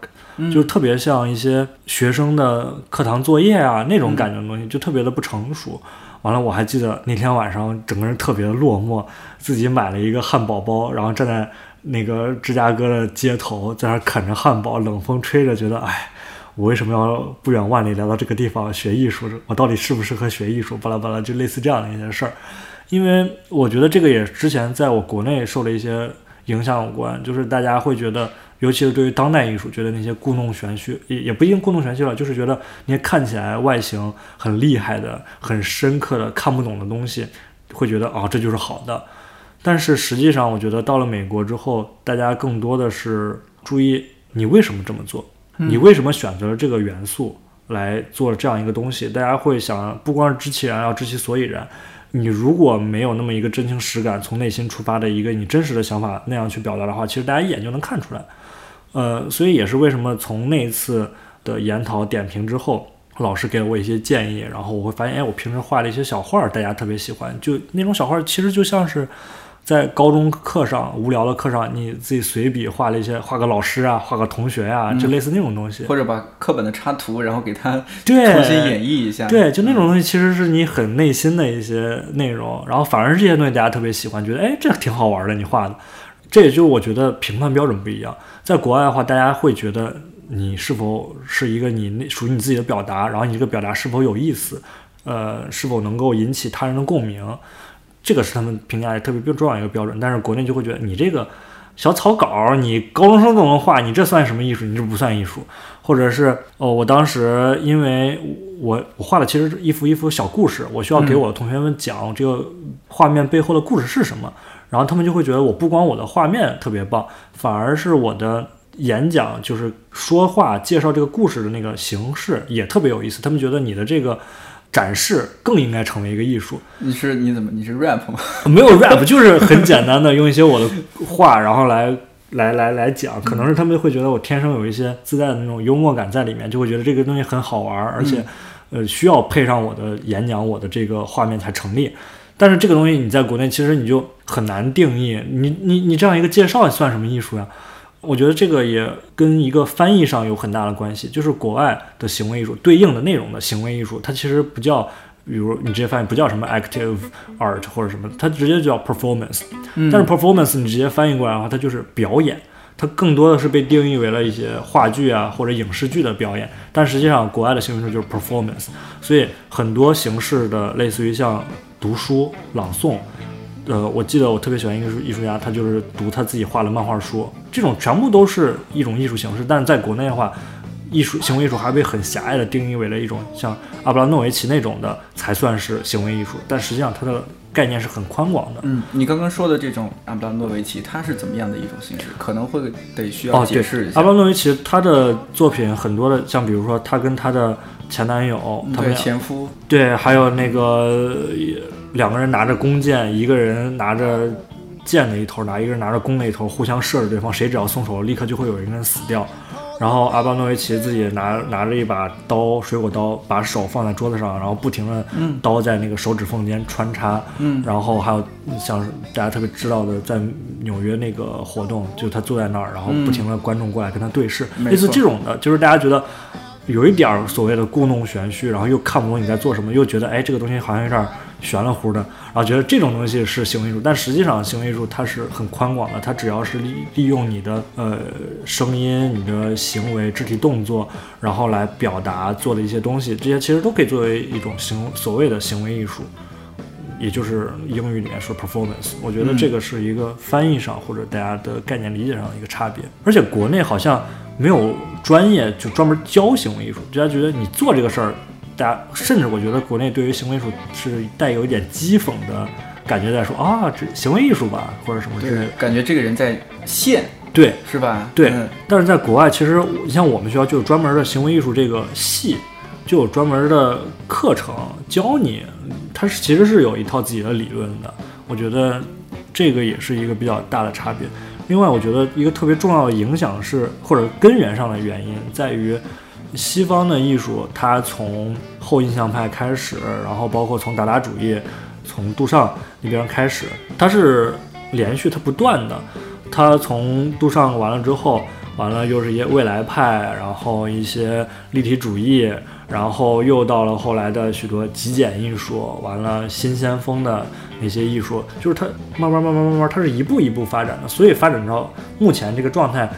Speaker 2: 就特别像一些学生的课堂作业啊那种感觉的东西，就特别的不成熟。完了，我还记得那天晚上整个人特别的落寞，自己买了一个汉堡包，然后站在那个芝加哥的街头，在那儿啃着汉堡，冷风吹着，觉得哎，我为什么要不远万里来到这个地方学艺术？我到底适不适合学艺术？巴拉巴拉，就类似这样的一些事儿。因为我觉得这个也之前在我国内受了一些影响有关，就是大家会觉得，尤其是对于当代艺术，觉得那些故弄玄虚，也也不一定故弄玄虚了，就是觉得那些看起来外形很厉害的、很深刻的、看不懂的东西，会觉得啊、这就是好的。但是实际上，我觉得到了美国之后，大家更多的是注意你为什么这么做，你为什么选择了这个元素来做这样一个东西？大家会想，不光是知其然，要知其所以然。你如果没有那么一个真情实感，从内心出发的一个你真实的想法那样去表达的话，其实大家一眼就能看出来。呃，所以也是为什么从那一次的研讨点评之后，老师给了我一些建议，然后我会发现，哎，我平时画的一些小画，儿，大家特别喜欢，就那种小画，儿其实就像是在高中课上无聊的课上，你自己随笔画了一些，画个老师啊，画个同学啊，
Speaker 1: 嗯
Speaker 2: 就类似那种东西。
Speaker 1: 或者把课本的插图，然后给他
Speaker 2: 对
Speaker 1: 重新演绎一下，
Speaker 2: 对，就那种东西其实是你很内心的一些内容，然后反而是这些东西大家特别喜欢，觉得哎这挺好玩的，你画的。这也就是我觉得评判标准不一样，在国外的话，大家会觉得你是否是一个你那属于你自己的表达，然后你这个表达是否有意思，呃，是否能够引起他人的共鸣，这个是他们评价特别重要的一个标准。但是国内就会觉得你这个小草稿儿，你高中生都能画，你这算什么艺术？你这不算艺术。或者是哦，我当时因为我我画的其实是一幅一幅小故事，我需要给我的同学们讲这个画面背后的故事是什么，然后他们就会觉得我不光我的画面特别棒，反而是我的演讲就是说话介绍这个故事的那个形式也特别有意思，他们觉得你的这个展示更应该成为一个艺术。
Speaker 1: 你是你怎么你是 rap 吗？
Speaker 2: 没有 rap，就是很简单的用一些我的话，然后来来来来讲，可能是他们会觉得我天生有一些自带的那种幽默感在里面，就会觉得这个东西很好玩儿，而且、呃需要配上我的演讲，我的这个画面才成立。但是这个东西你在国内其实你就很难定义，你你你这样一个介绍算什么艺术呀？我觉得这个也跟一个翻译上有很大的关系，就是国外的行为艺术对应的内容的行为艺术，它其实不叫，比如你直接翻译不叫什么 active art 或者什么，它直接叫 performance。但
Speaker 1: 嗯
Speaker 2: 是 performance 你直接翻译过来的话，它就是表演，它更多的是被定义为了一些话剧啊或者影视剧的表演，但实际上国外的形式就是 performance，所以很多形式的类似于像读书、朗诵。呃，我记得我特别喜欢一个艺术家，他就是读他自己画的漫画书，这种全部都是一种艺术形式。但是在国内的话，艺术行为艺术还被很狭隘的定义为了一种像阿布拉诺维奇那种的才算是行为艺术，但实际上它的概念是很宽广的。
Speaker 1: 嗯，你刚刚说的这种阿布拉诺维奇，它是怎么样的一种形式？可能会得需要
Speaker 2: 哦，对
Speaker 1: 解释一，下。
Speaker 2: 阿布拉诺维奇他的作品很多的，像比如说他跟他的前男友，他们
Speaker 1: 对啊
Speaker 2: 俩
Speaker 1: 嗯前夫，
Speaker 2: 对，还有那个呃两个人拿着弓箭，一个人拿着箭的一头，拿一个人拿着弓的一头，互相射着对方，谁只要松手，立刻就会有一个人死掉。然后阿巴诺维奇自己拿拿着一把刀，水果刀，把手放在桌子上，然后不停的刀在那个手指缝间穿插。
Speaker 1: 嗯
Speaker 2: 然后还有像大家特别知道的，在纽约那个活动，就他坐在那儿，然后不停的观众过来跟他对视，
Speaker 1: 没
Speaker 2: 类似
Speaker 1: 错
Speaker 2: 这种的，就是大家觉得有一点儿所谓的故弄玄虚，然后又看不懂你在做什么，又觉得哎这个东西好像有点儿玄了乎的，然后觉得这种东西是行为艺术，但实际上行为艺术它是很宽广的，它只要是利利用你的呃声音、你的行为、肢体动作，然后来表达做的一些东西，这些其实都可以作为一种行所谓的行为艺术。也就是英语里面说 performance，我觉得这个是一个翻译上或者大家的概念理解上的一个差别。而且国内好像没有专业就专门教行为艺术，大家觉得你做这个事儿，大家甚至我觉得国内对于行为艺术是带有一点讥讽的感觉，在说啊，这行为艺术吧，或者什么之类的
Speaker 1: 对。，感觉这个人在现，
Speaker 2: 对，
Speaker 1: 是吧？
Speaker 2: 对，
Speaker 1: 嗯
Speaker 2: 但是在国外，其实我你像我们学校就有专门的行为艺术这个系，就有专门的课程教你，它是其实是有一套自己的理论的。我觉得这个也是一个比较大的差别。另外，我觉得一个特别重要的影响是，或者根源上的原因在于，西方的艺术它从后印象派开始，然后包括从达达主义，从杜尚那边开始，它是连续它不断的，他从杜尚完了之后，完了又是一些未来派，然后一些立体主义，然后又到了后来的许多极简艺术，完了新先锋的那些艺术，就是它慢慢慢慢慢慢，它是一步一步发展的，所以发展到目前这个状态，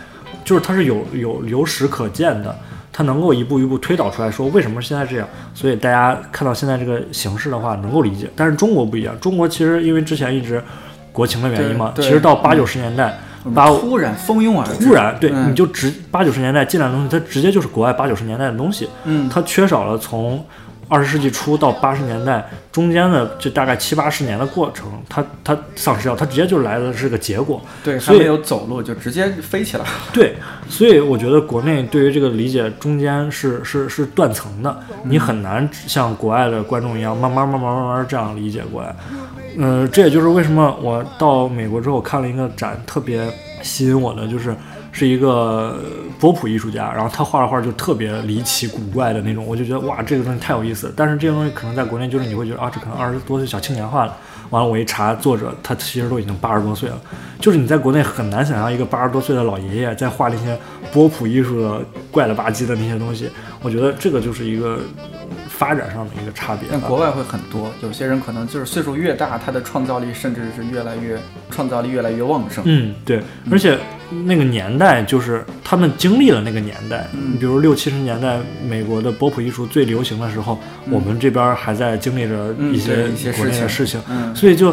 Speaker 2: 就是它是有有有史可见的。它能够一步一步推导出来说为什么现在这样，所以大家看到现在这个形势的话能够理解。但是中国不一样，中国其实因为之前一直国情的原因嘛，
Speaker 1: 对
Speaker 2: 其
Speaker 1: 对
Speaker 2: 实到八九十年代，
Speaker 1: 我们
Speaker 2: 八五
Speaker 1: 嗯突然蜂拥而至，
Speaker 2: 突然对、
Speaker 1: 嗯
Speaker 2: 你就直八九十年代进来的东西，它直接就是国外八九十年代的东西，
Speaker 1: 嗯，
Speaker 2: 它缺少了从二十世纪初到八十年代中间的这大概七八十年的过程，它它丧失掉，它直接就来的是个结果。
Speaker 1: 对，还
Speaker 2: 所以
Speaker 1: 没有走路就直接飞起来了。
Speaker 2: 对，所以我觉得国内对于这个理解中间是是是断层的，你很难像国外的观众一样慢慢慢慢慢慢这样理解过来。嗯、这也就是为什么我到美国之后看了一个展，特别吸引我的，就是是一个波普艺术家，然后他画的画就特别离奇古怪的那种，我就觉得哇，这个东西太有意思了。但是这个东西可能在国内就是你会觉得啊，这可能二十多岁小青年画的。完了，我一查作者，他其实都已经八十多岁了，就是你在国内很难想象一个八十多岁的老爷爷在画那些波普艺术的怪了吧唧的那些东西。我觉得这个就是一个发展上的一个差别
Speaker 1: 但
Speaker 2: 吧。
Speaker 1: 国外会很多，有些人可能就是岁数越大，他的创造力甚至是越来越创造力越来越旺盛。
Speaker 2: 嗯，对，而且那个年代就是他们经历了那个年代，
Speaker 1: 嗯
Speaker 2: 你比如六七十年代美国的波普艺术最流行的时候，我们这边儿还在经历着
Speaker 1: 嗯
Speaker 2: 一些
Speaker 1: 对一些
Speaker 2: 国内
Speaker 1: 事
Speaker 2: 的事情，
Speaker 1: 嗯，
Speaker 2: 所以就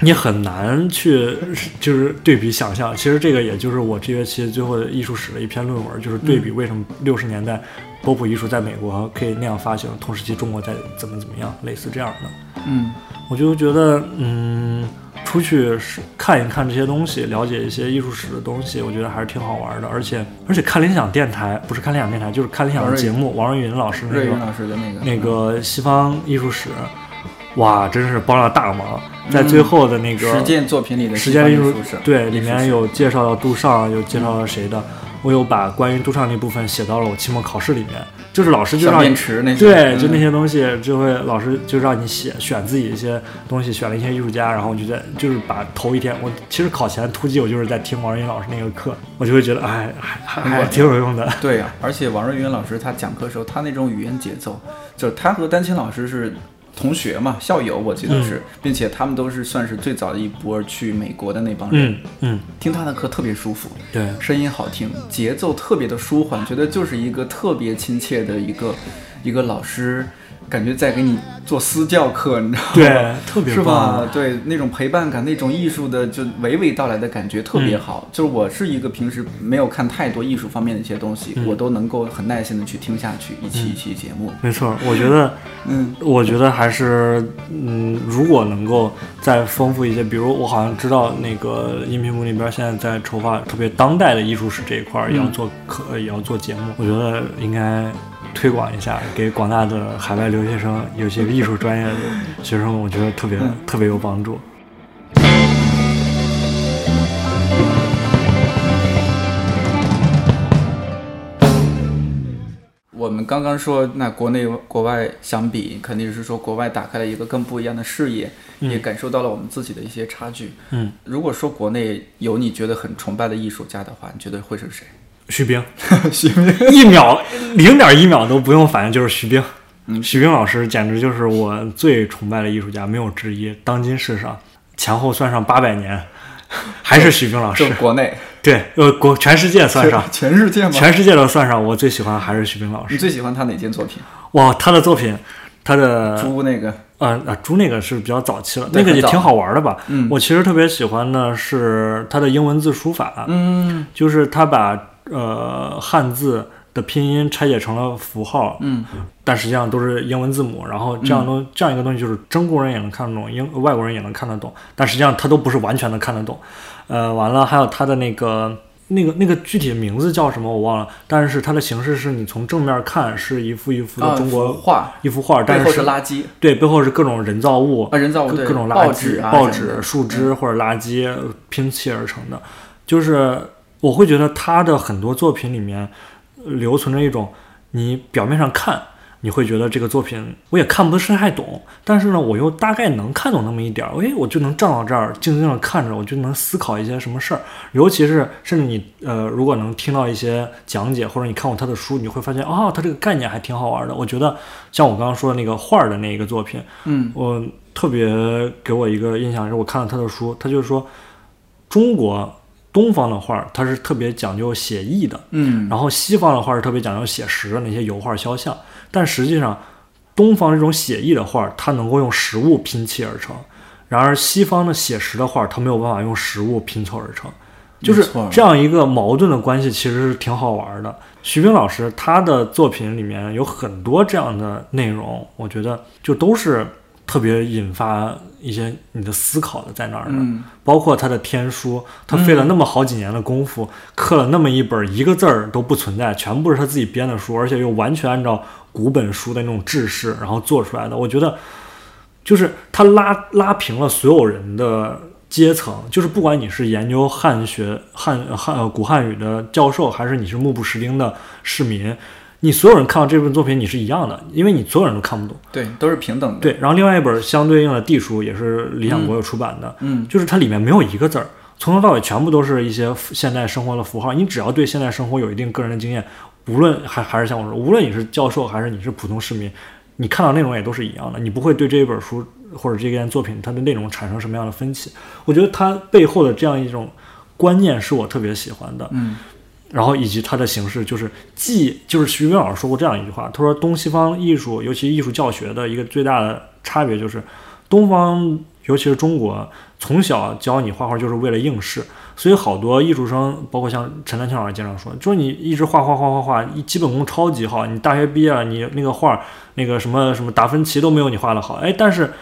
Speaker 2: 你很难去就是对比想象。其实这个也就是我这学期最后的艺术史的一篇论文，就是对比
Speaker 1: 嗯
Speaker 2: 为什么六十年代波普艺术在美国可以那样发行，同时期中国在怎么怎么样，类似这样的。
Speaker 1: 嗯，
Speaker 2: 我就觉得，嗯，出去是看一看这些东西，了解一些艺术史的东西，我觉得还是挺好玩的。而且，而且看理想电台不是看理想电台，就是看理想的节目，王瑞云老师那
Speaker 1: 瑞云
Speaker 2: 个
Speaker 1: 老师的那个
Speaker 2: 那个西方艺术史，哇，真是帮了大忙。在
Speaker 1: 嗯
Speaker 2: 最后的那个、
Speaker 1: 实践作品里的
Speaker 2: 时间
Speaker 1: 西
Speaker 2: 艺
Speaker 1: 方
Speaker 2: 术
Speaker 1: 艺术史，
Speaker 2: 对，
Speaker 1: 艺术
Speaker 2: 里面
Speaker 1: 史
Speaker 2: 有介绍到杜尚，有介绍到谁的，我有把关于杜尚那部分写到了我期末考试里面，就是老师就
Speaker 1: 小
Speaker 2: 让
Speaker 1: 便
Speaker 2: 你。
Speaker 1: 池那些，
Speaker 2: 对，
Speaker 1: 嗯
Speaker 2: 就那些东西，就会老师就让你写选自己一些东西，选了一些艺术家，然后我就在就是把头一天，我其实考前突击，我就是在听王仁英老师那个课，我就会觉得哎，还还还挺有用的。
Speaker 1: 对呀、而且王瑞云老师他讲课的时候，他那种语言节奏，就是他和丹青老师是同学嘛，校友，我记得
Speaker 2: 嗯
Speaker 1: 是，并且他们都是算是最早一波去美国的那帮人。
Speaker 2: 嗯嗯，
Speaker 1: 听他的课特别舒服，
Speaker 2: 对，
Speaker 1: 声音好听，节奏特别的舒缓，觉得就是一个特别亲切的一个一个老师。感觉在给你做私教课，你知道吗？
Speaker 2: 对，特别
Speaker 1: 是
Speaker 2: 棒
Speaker 1: 吧？对，那种陪伴感，那种艺术的就娓娓道来的感觉特别好。
Speaker 2: 嗯
Speaker 1: 就是我是一个平时没有看太多艺术方面的一些东西，
Speaker 2: 嗯
Speaker 1: 我都能够很耐心的去听下去一期一期节目。
Speaker 2: 没错，我觉得，
Speaker 1: 嗯，
Speaker 2: 我觉得还是，嗯，如果能够再丰富一些，比如我好像知道那个音频部那边现在在筹划特别当代的艺术史这一块儿，也要做课，呃也要做节目，我觉得应该推广一下，给广大的海外留学生，有些艺术专业的学生，我觉得特别、特别有帮助。
Speaker 1: 我们刚刚说，那国内国外相比，肯定是说国外打开了一个更不一样的视野，也感受到了我们自己的一些差距。
Speaker 2: 嗯，
Speaker 1: 如果说国内有你觉得很崇拜的艺术家的话，你觉得会是谁？
Speaker 2: 徐冰，
Speaker 1: 徐冰。
Speaker 2: 一秒零点一秒都不用反应，就是徐冰。
Speaker 1: 嗯
Speaker 2: 徐冰老师简直就是我最崇拜的艺术家，没有之一。当今世上前后算上八百年，还是徐冰老
Speaker 1: 就
Speaker 2: 师。
Speaker 1: 国内，
Speaker 2: 对，呃，国全世界算上，
Speaker 1: 全全世界吗？
Speaker 2: 全世界都算上，我最喜欢还是徐冰老
Speaker 1: 你
Speaker 2: 师。
Speaker 1: 最喜欢他哪件作品？
Speaker 2: 哇，他的作品，他的
Speaker 1: 猪那个，
Speaker 2: 呃，啊，猪那个是比较早期了，
Speaker 1: 对
Speaker 2: 那个也
Speaker 1: 很早
Speaker 2: 挺好玩的吧？
Speaker 1: 嗯
Speaker 2: 我其实特别喜欢的是它的英文字书法，
Speaker 1: 嗯
Speaker 2: 就是他把呃汉字的拼音拆解成了符号，
Speaker 1: 嗯，
Speaker 2: 但实际上都是英文字母，然后这样东、这样一个东西，就是中国人也能看得懂，英外国人也能看得懂，但实际上他都不是完全的看得懂。呃，完了，还有他的那个那个那个具体的名字叫什么我忘了，但是它的形式是你从正面看是一幅一幅的
Speaker 1: 啊
Speaker 2: 中国、
Speaker 1: 幅画，
Speaker 2: 一幅画，但
Speaker 1: 背
Speaker 2: 是
Speaker 1: 后
Speaker 2: 是
Speaker 1: 是垃圾
Speaker 2: 对背后是各种人造物，
Speaker 1: 啊，人造物
Speaker 2: 各
Speaker 1: 对
Speaker 2: 各种垃圾、
Speaker 1: 报纸啊，
Speaker 2: 报
Speaker 1: 什么
Speaker 2: 纸、
Speaker 1: 的
Speaker 2: 树枝或者垃圾拼砌而成的。就是我会觉得他的很多作品里面呃留存着一种，你表面上看你会觉得这个作品我也看不是太懂，但是呢，我又大概能看懂那么一点儿，哎，我就能站到这儿静静的看着，我就能思考一些什么事儿。尤其是甚至你呃，如果能听到一些讲解或者你看过他的书，你会发现啊，他这个概念还挺好玩的。我觉得像我刚刚说的那个画儿的那一个作品，
Speaker 1: 嗯，
Speaker 2: 我特别给我一个印象是我看了他的书，他就是说中国东方的画儿，它是特别讲究写意的，
Speaker 1: 嗯
Speaker 2: 然后西方的画是特别讲究写实的那些油画肖像，但实际上东方这种写意的画，它能够用实物拼砌而成；然而西方的写实的画，它没有办法用实物拼凑而成。就是
Speaker 1: 没错
Speaker 2: 这样一个矛盾的关系，其实是挺好玩的。徐冰老师他的作品里面有很多这样的内容，我觉得就都是特别引发一些你的思考的在那儿的。
Speaker 1: 嗯
Speaker 2: 包括他的天书，他费了那么好几年的功夫，刻了那么一本一个字儿都不存在，全部是他自己编的书，而且又完全按照古本书的那种制式，然后做出来的。我觉得，就是他拉拉平了所有人的阶层，就是不管你是研究汉学汉汉呃古汉语的教授，还是你是目不识丁的市民，你所有人看到这份作品，你是一样的，因为你所有人都看不懂。
Speaker 1: 对，都是平等的，，
Speaker 2: 对，然后另外一本相对应的地书也是理想国有出版的，
Speaker 1: 嗯
Speaker 2: 就是它里面没有一个字儿，从头到尾全部都是一些符现代生活的符号。你只要对现代生活有一定个人的经验，无论还还是像我说，无论你是教授还是你是普通市民，你看到内容也都是一样的，你不会对这一本书或者这件作品它的内容产生什么样的分歧。我觉得它背后的这样一种观念是我特别喜欢的，
Speaker 1: 嗯
Speaker 2: 然后以及它的形式，就是既就是徐冰老师说过这样一句话，他说东西方艺术，尤其艺术教学的一个最大的差别就是，东方尤其是中国，从小教你画画就是为了应试，所以好多艺术生，包括像陈丹青老师经常说，就是你一直画画画画画，一基本功超级好，你大学毕业了，你那个画那个什么什么达芬奇都没有你画的好，哎，但是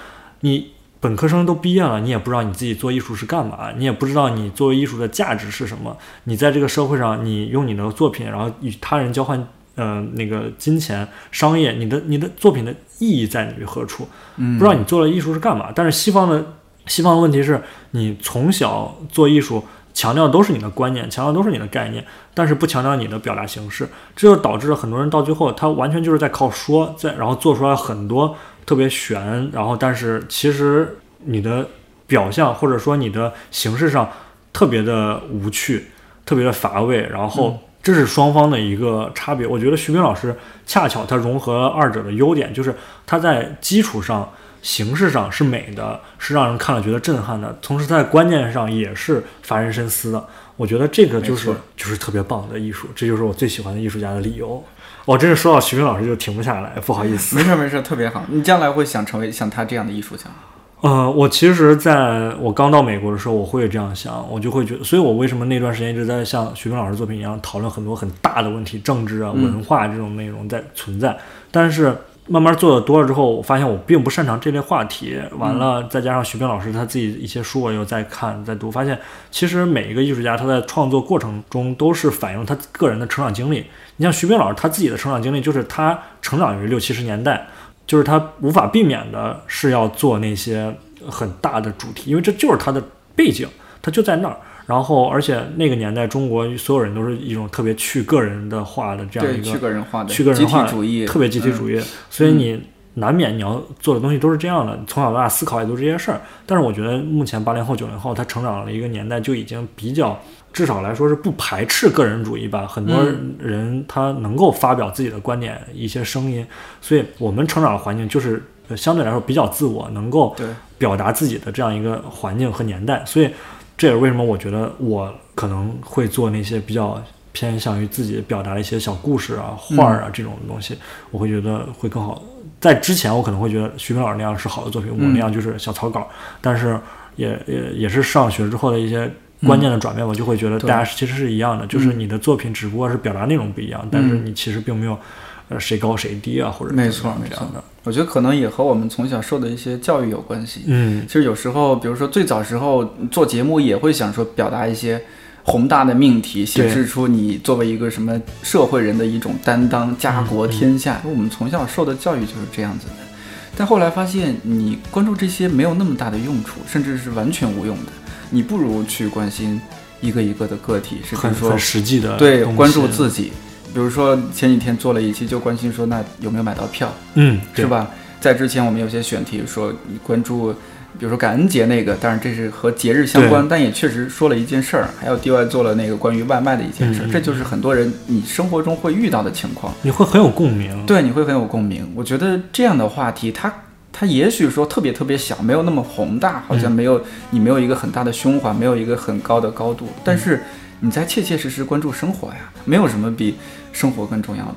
Speaker 2: 你本科生都毕业了，你也不知道你自己做艺术是干嘛，你也不知道你作为艺术的价值是什么。你在这个社会上，你用你的作品，然后与他人交换，呃，那个金钱、商业，你的你的作品的意义在于何处？
Speaker 1: 嗯，
Speaker 2: 不知道你做了艺术是干嘛。但是西方的西方的问题是你从小做艺术，强调都是你的观念，强调都是你的概念，但是不强调你的表达形式，这就导致了很多人到最后他完全就是在靠说，在然后做出来很多特别悬，然后但是其实你的表象或者说你的形式上特别的无趣，特别的乏味，然后。这是双方的一个差别，我觉得徐冰老师恰巧他融合了二者的优点，就是他在基础上形式上是美的，是让人看了觉得震撼的，同时在观念上也是发人深思的。我觉得这个就是
Speaker 1: 没错
Speaker 2: 就是特别棒的艺术，这就是我最喜欢的艺术家的理由。我真是说到徐冰老师就停不下来，不好意思。
Speaker 1: 没事儿没事儿，特别好。你将来会想成为像他这样的艺术家吗？
Speaker 2: 呃，我其实在我刚到美国的时候，我会这样想，我就会觉得，所以我为什么那段时间一直在像徐冰老师作品一样讨论很多很大的问题，政治啊、文化这种内容在存在。但是慢慢做的多了之后，我发现我并不擅长这类话题。完了，再加上徐冰老师他自己一些书，我又在看、在读，发现其实每一个艺术家他在创作过程中都是反映他个人的成长经历。你像徐冰老师他自己的成长经历，就是他成长于六七十年代。就是他无法避免的是要做那些很大的主题，因为这就是他的背景，他就在那儿。然后，而且那个年代，中国所有人都是一种特别去个人的化的这样
Speaker 1: 对，
Speaker 2: 一个
Speaker 1: 去个人化的，
Speaker 2: 去个人化
Speaker 1: 集体主义，
Speaker 2: 特别集体主义，所以你难免你要做的东西都是这样的，你从小到大思考也都是这些事儿。但是我觉得目前八零后、九零后，他成长了一个年代，就已经比较。至少来说是不排斥个人主义吧，很多人他能够发表自己的观点、一些声音，所以我们成长的环境就是呃相对来说比较自我，能够
Speaker 1: 对
Speaker 2: 表达自己的这样一个环境和年代，所以这也是为什么我觉得我可能会做那些比较偏向于自己表达的一些小故事啊、
Speaker 1: 嗯
Speaker 2: 画儿啊这种东西，我会觉得会更好。在之前，我可能会觉得徐冰老师那样是好的作品，
Speaker 1: 嗯
Speaker 2: 我那样就是小草稿，但是也也也是上学之后的一些。
Speaker 1: 嗯
Speaker 2: 观念的转变，我就会觉得大家是其实是一样的，就是你的作品只不过是表达内容不一样，但是你其实并没有，呃，谁高谁低啊，或者
Speaker 1: 嗯没
Speaker 2: 怎
Speaker 1: 错
Speaker 2: 么样
Speaker 1: 没
Speaker 2: 这
Speaker 1: 错
Speaker 2: 样的，。
Speaker 1: 我觉得可能也和我们从小受的一些教育有关系。
Speaker 2: 嗯，
Speaker 1: 其实有时候，比如说最早时候做节目也会想说表达一些宏大的命题，显示出你作为一个什么社会人的一种担当，家
Speaker 2: 嗯
Speaker 1: 国天下。我们从小受的教育就是这样子的，但后来发现你关注这些没有那么大的用处，甚至是完全无用的。你不如去关心一个一个的个体，甚
Speaker 2: 很
Speaker 1: 至说
Speaker 2: 很实际的，
Speaker 1: 对关注，自己。比如说前几天做了一期，就关心说那有没有买到票。
Speaker 2: 嗯，
Speaker 1: 是？吧？在之前我们有些选题说你关注，比如说感恩节那个，当然这是和节日相关，但也确实说了一件事儿。还有 DY 做了那个关于外卖的一件事儿，
Speaker 2: 嗯嗯
Speaker 1: 这就是很多人你生活中会遇到的情况。
Speaker 2: 你会很有共鸣，
Speaker 1: 对，你会很有共鸣。我觉得这样的话题，它它也许说特别特别小，没有那么宏大，好
Speaker 2: 嗯
Speaker 1: 像没有、你没有一个很大的胸怀，没有一个很高的高
Speaker 2: 嗯
Speaker 1: 度，但是你在切切实实关注生活呀，没有什么比生活更重要的。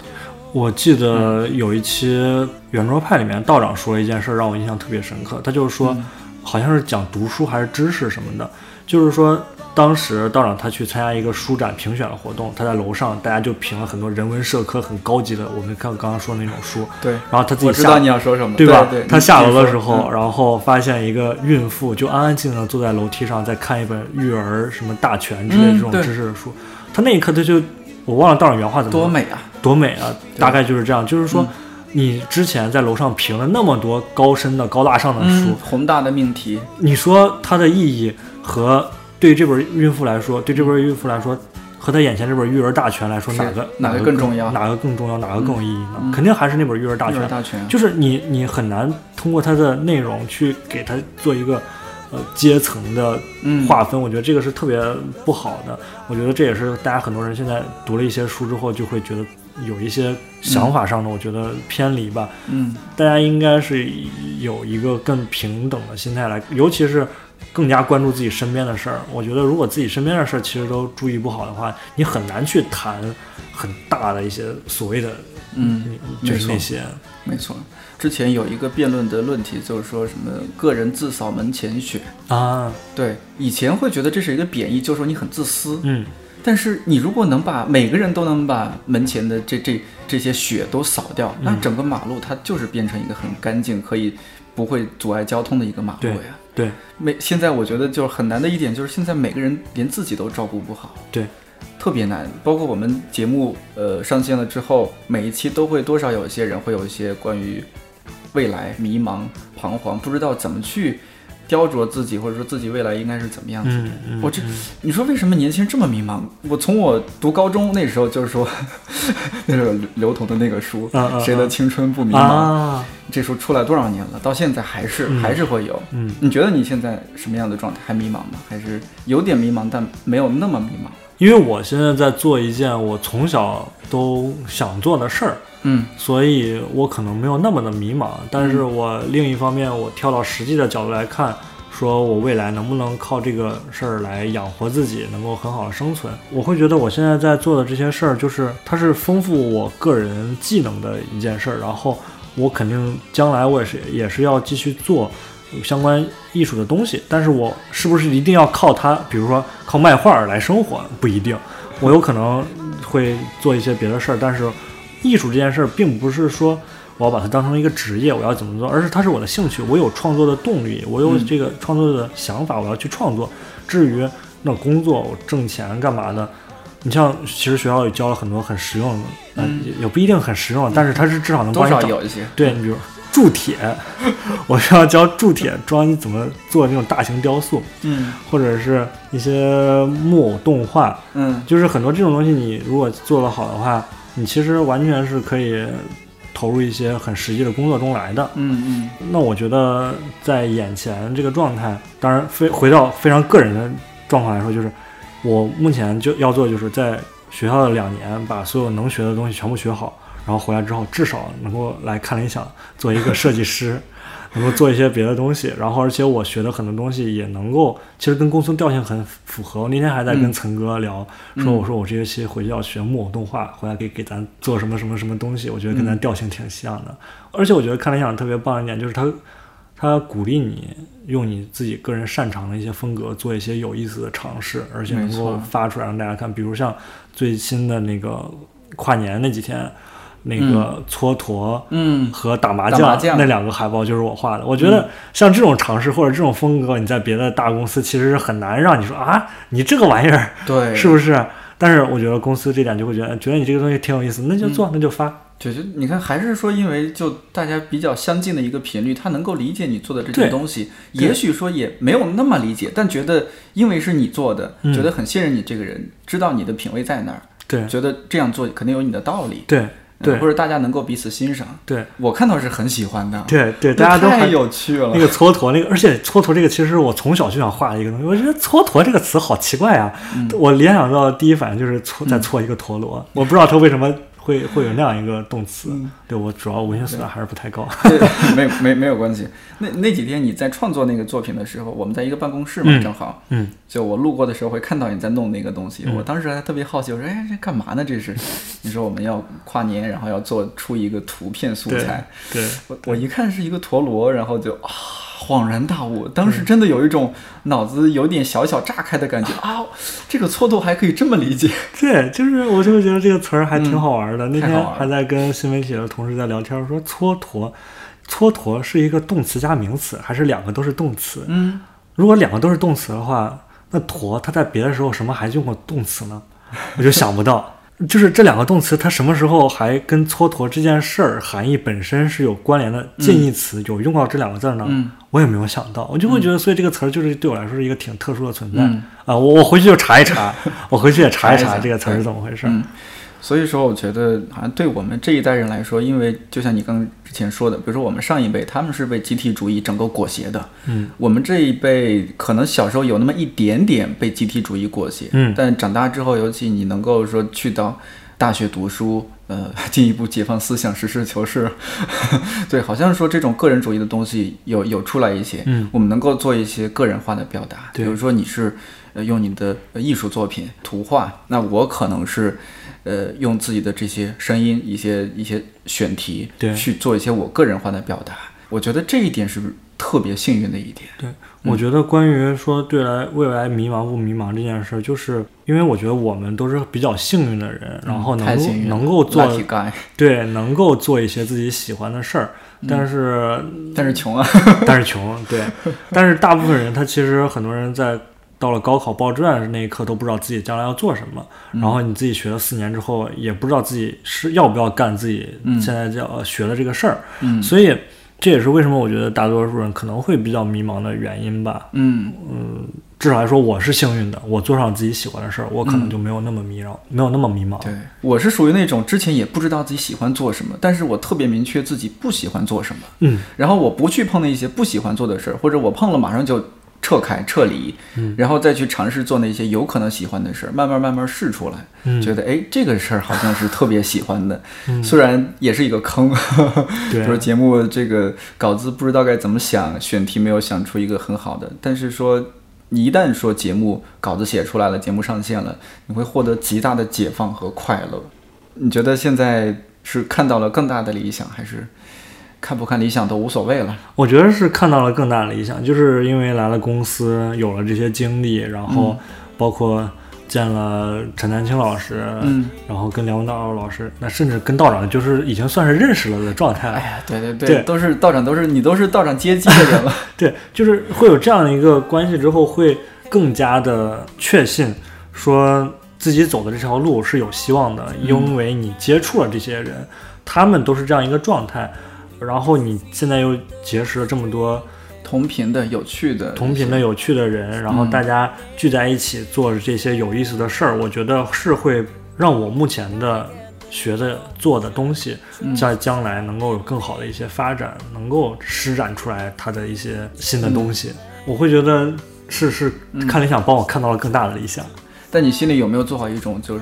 Speaker 2: 我记得
Speaker 1: 嗯
Speaker 2: 有一期《圆桌派》里面道长说了一件事儿，让我印象特别深刻。他
Speaker 1: 嗯
Speaker 2: 就是说，好像是讲读书还是知识什么的，就是说当时道长他去参加一个书展评选的活动，他在楼上大家就评了很多人文社科很高级的，我们刚刚刚说的那种书，
Speaker 1: 对，
Speaker 2: 然后他自
Speaker 1: 我
Speaker 2: 己
Speaker 1: 知
Speaker 2: 下
Speaker 1: 道你要说什么，
Speaker 2: 吧？
Speaker 1: 对，
Speaker 2: 他
Speaker 1: 你
Speaker 2: 下楼的
Speaker 1: 你
Speaker 2: 时
Speaker 1: 说
Speaker 2: 候，
Speaker 1: 嗯
Speaker 2: 然后发现一个孕妇就安安静静的坐在楼梯上，在看一本育儿什么大全之类的这种
Speaker 1: 嗯对
Speaker 2: 知识的书。他那一刻，他就我忘了道长原话怎么
Speaker 1: 多
Speaker 2: 说
Speaker 1: 美嗯啊！
Speaker 2: 多美啊！大概就是这样，就是说。你之前在楼上评了那么多高深的、高大上的书，
Speaker 1: 嗯宏大的命题，
Speaker 2: 你说它的意义和对这本孕妇来说，对这本孕妇来说，和她眼前这本育儿大全来说，
Speaker 1: 是
Speaker 2: 哪个
Speaker 1: 哪个
Speaker 2: 个
Speaker 1: 更重要嗯
Speaker 2: 哪个更重要？哪个更有意义呢？肯定还是那本育儿大
Speaker 1: 育
Speaker 2: 全
Speaker 1: 儿。大全，
Speaker 2: 就是你你很难通过它的内容去给它做一个呃阶层的
Speaker 1: 嗯
Speaker 2: 划分，我觉得这个是特别不好的。我觉得这也是大家很多人现在读了一些书之后，就会觉得有一些想法上的，我觉得偏离吧。
Speaker 1: 嗯，
Speaker 2: 大家应该是有一个更平等的心态来，尤其是更加关注自己身边的事儿。我觉得，如果自己身边的事儿其实都注意不好的话，你很难去谈很大的一些所谓的，
Speaker 1: 嗯，
Speaker 2: 就是
Speaker 1: 没错
Speaker 2: 那些，
Speaker 1: 没错。之前有一个辩论的论题，就是说什么个人自扫门前雪。
Speaker 2: 啊，
Speaker 1: 对，以前会觉得这是一个贬义，就说你很自私。
Speaker 2: 嗯，
Speaker 1: 但是你如果能把每个人都能把门前的这这这些雪都扫掉，那整个马路它就是变成一个很干净，可以不会阻碍交通的一个马路
Speaker 2: 对
Speaker 1: 呀。
Speaker 2: 对
Speaker 1: 每现在我觉得就是很难的一点，就是现在每个人连自己都照顾不好。
Speaker 2: 对，
Speaker 1: 特别难。包括我们节目呃上线了之后，每一期都会多少有一些人会有一些关于未来迷茫、彷徨，不知道怎么去雕琢自己，或者说自己未来应该是怎么样子。
Speaker 2: 嗯嗯，
Speaker 1: 我这，你说为什么年轻人这么迷茫？我从我读高中那时候就是说，那时候刘同的那个书
Speaker 2: 啊啊啊
Speaker 1: 《谁的青春不迷茫》
Speaker 2: 啊，
Speaker 1: 这书出来多少年了，到现在还是、还是会有。
Speaker 2: 嗯，
Speaker 1: 你觉得你现在什么样的状态？还迷茫吗？还是有点迷茫，但没有那么迷茫？
Speaker 2: 因为我现在在做一件我从小都想做的事儿，
Speaker 1: 嗯，
Speaker 2: 所以我可能没有那么的迷茫。但是我另一方面，我跳到实际的角度来看，说我未来能不能靠这个事儿来养活自己，能够很好的生存。我会觉得我现在在做的这些事儿，就是它是丰富我个人技能的一件事儿，然后我肯定将来我也是也是要继续做相关艺术的东西，但是我是不是一定要靠它，比如说靠卖画儿来生活，不一定，我有可能会做一些别的事儿，但是艺术这件事儿并不是说。我要把它当成一个职业，我要怎么做？而是它是我的兴趣，我有创作的动力，我
Speaker 1: 嗯
Speaker 2: 有这个创作的想法，我要去创作。至于那工作，我挣钱干嘛的？你像，其实学校也教了很多很实用的，嗯，也也不一定很实用，但是它是至少能
Speaker 1: 多
Speaker 2: 帮你
Speaker 1: 少
Speaker 2: 找
Speaker 1: 有一些。
Speaker 2: 对你比如铸铁， 我是要教铸铁装你怎么做那种大型雕塑，
Speaker 1: 嗯
Speaker 2: 或者是一些木偶动画，
Speaker 1: 嗯
Speaker 2: 就是很多这种东西，你如果做得好的话，你其实完全是可以投入一些很实际的工作中来的。
Speaker 1: 嗯嗯
Speaker 2: 那我觉得在眼前这个状态，当然非回到非常个人的状况来说，就是我目前就要做的就是在学校的两年把所有能学的东西全部学好，然后回来之后至少能够来看理想做一个设计师，能够做一些别的东西，然后而且我学的很多东西也能够其实跟公司调性很符合。我那天还在跟
Speaker 1: 嗯
Speaker 2: 岑哥聊，说我说我这学期回去要学木偶动画，回来给给咱做什么什么什么东西，我觉得跟
Speaker 1: 嗯
Speaker 2: 咱调性挺像的。而且我觉得看理想特别棒一点就是它，它鼓励你用你自己个人擅长的一些风格做一些有意思的尝试，而且能
Speaker 1: 没
Speaker 2: 够
Speaker 1: 错
Speaker 2: 发出来让大家看。比如像最新的那个跨年那几天，那个蹉跎。
Speaker 1: 嗯，
Speaker 2: 和打麻
Speaker 1: 打麻将
Speaker 2: 啊那两个海报就是我画的。我觉得像这种尝试或者这种风格，你在别的大公司其实是很难让你说啊，你这个玩意儿
Speaker 1: 对，
Speaker 2: 是不是？但是我觉得公司这点就会觉得，觉得你这个东西挺有意思，
Speaker 1: 嗯
Speaker 2: 那就做，那就发。
Speaker 1: 对，就你看，还是说，因为就大家比较相近的一个频率，他能够理解你做的这
Speaker 2: 对
Speaker 1: 些东西，也许说也没有那么理解，但觉得因为是你做的，
Speaker 2: 嗯
Speaker 1: 觉得很信任你这个人，知道你的品味在哪儿，
Speaker 2: 对
Speaker 1: 觉得这样做肯定有你的道理，
Speaker 2: 对
Speaker 1: 嗯
Speaker 2: 对
Speaker 1: 或者大家能够彼此欣赏，
Speaker 2: 对
Speaker 1: 我看到是很喜欢的，
Speaker 2: 对对，
Speaker 1: 那
Speaker 2: 大家都
Speaker 1: 太
Speaker 2: 还
Speaker 1: 有趣了
Speaker 2: 那，个蹉跎那个，而且蹉跎这个其实是我从小就想画的一个东西。我觉得蹉跎这个词好奇怪啊，
Speaker 1: 嗯
Speaker 2: 我联想到第一反应就是搓在搓一个陀螺，我不知道它为什么会会有那样一个动词。
Speaker 1: 嗯
Speaker 2: 对我主要文学素养还是不太高。
Speaker 1: 对， 没有没没有关系。那那几天你在创作那个作品的时候，我们在一个办公室嘛，
Speaker 2: 嗯
Speaker 1: 正好，
Speaker 2: 嗯，
Speaker 1: 就我路过的时候会看到你在弄那个东西，我当时还特别好奇，我说，哎，这干嘛呢？这是？你说我们要跨年，然后要做出一个图片素
Speaker 2: 对
Speaker 1: 材，
Speaker 2: 对
Speaker 1: 我我一看是一个陀螺，然后就啊恍然大悟，当时真的有一种脑子有点小小炸开的感觉啊，这个错度还可以这么理解，
Speaker 2: 对，就是我就觉得这个词儿还挺好玩的。那
Speaker 1: 嗯太好
Speaker 2: 天
Speaker 1: 玩了
Speaker 2: 还在跟新媒体的同事在聊天，说蹉跎，蹉跎是一个动词加名词，还是两个都是动词？
Speaker 1: 嗯，
Speaker 2: 如果两个都是动词的话，那驼它在别的时候什么还用过动词呢？ 我就想不到，就是这两个动词它什么时候还跟蹉跎这件事儿含义本身是有关联的近义词，有用到这两个字儿呢？
Speaker 1: 嗯
Speaker 2: 我也没有想到，我就会觉得，所以这个词儿就是对我来说是一个挺特殊的存在啊、
Speaker 1: 嗯
Speaker 2: 我我回去就查 一查，我回去也查一
Speaker 1: 查
Speaker 2: 查
Speaker 1: 一查
Speaker 2: 这个词儿是怎么回事。
Speaker 1: 嗯所以说，我觉得好像对我们这一代人来说，因为就像你刚之前说的，比如说我们上一辈他们是被集体主义整个裹挟的，
Speaker 2: 嗯，
Speaker 1: 我们这一辈可能小时候有那么一点点被集体主义裹挟，
Speaker 2: 嗯
Speaker 1: 但长大之后，尤其你能够说去到大学读书，呃，进一步解放思想，实事求是， 对，好像说这种个人主义的东西有有出来一些，
Speaker 2: 嗯，
Speaker 1: 我们能够做一些个人化的表达，
Speaker 2: 对
Speaker 1: 比如说你是呃用你的呃艺术作品图画，那我可能是呃用自己的这些声音、一些一些选题，
Speaker 2: 对
Speaker 1: 去做一些我个人化的表达。我觉得这一点是特别幸运的一点。
Speaker 2: 对，我觉得关于说对来未来迷茫不迷茫这件事儿，就是因为我觉得我们都是比较幸运的人，然后能
Speaker 1: 太
Speaker 2: 够
Speaker 1: 幸运了
Speaker 2: 能够做
Speaker 1: lucky guy，
Speaker 2: 对，能够做一些自己喜欢的事儿，
Speaker 1: 嗯
Speaker 2: 但是、
Speaker 1: 但是穷啊，
Speaker 2: 但是穷， 对，但是大部分人他其实很多人在到了高考报志愿那一刻都不知道自己将来要做什么，
Speaker 1: 嗯
Speaker 2: 然后你自己学了四年之后也不知道自己是要不要干自己
Speaker 1: 嗯
Speaker 2: 现在要学的这个事儿，
Speaker 1: 嗯
Speaker 2: 所以这也是为什么我觉得大多数人可能会比较迷茫的原因吧。
Speaker 1: 嗯，
Speaker 2: 至少来说，我是幸运的，我做上自己喜欢的事儿，我可能就没有那么迷茫，没有那么迷茫。
Speaker 1: 嗯对，我是属于那种之前也不知道自己喜欢做什么，但是我特别明确自己不喜欢做什么，
Speaker 2: 嗯，
Speaker 1: 然后我不去碰那些不喜欢做的事儿，或者我碰了马上就撤开、撤离，然后再去尝试做那些有可能喜欢的事儿，慢慢慢慢试出来，
Speaker 2: 嗯
Speaker 1: 觉得哎，这个事儿好像是特别喜欢的，虽然也是一个坑，
Speaker 2: 对
Speaker 1: 就是节目这个稿子不知道该怎么想，选题没有想出一个很好的，但是说你一旦说节目稿子写出来了，节目上线了，你会获得极大的解放和快乐。你觉得现在是看到了更大的理想，还是看不看理想都无所谓了？
Speaker 2: 我觉得是看到了更大的理想，就是因为来了公司，有了这些经历，然后
Speaker 1: 嗯
Speaker 2: 包括见了陈丹青老师，
Speaker 1: 嗯，
Speaker 2: 然后跟梁文道老师，那甚至跟道长就是已经算是认识了的状态了
Speaker 1: 哎。呀，对对对，
Speaker 2: 对
Speaker 1: 都是道长，都是你都是道长接机的人了。
Speaker 2: 对，就是会有这样的一个关系之后，会更加的确信说自己走的这条路是有希望的，
Speaker 1: 嗯
Speaker 2: 因为你接触了这些人，他们都是这样一个状态，然后你现在又结识了这么多
Speaker 1: 同频的、有趣 的、
Speaker 2: 同频的、有趣的人，然后大家聚在一起做这些有意思的事儿，我觉得是会让我目前的学的做的东西，
Speaker 1: 嗯
Speaker 2: 在将来能够有更好的一些发展，能够施展出来它的一些新的东西。我会觉得是是看理想帮我看到了更大的理想。
Speaker 1: 但你心里有没有做好一种就是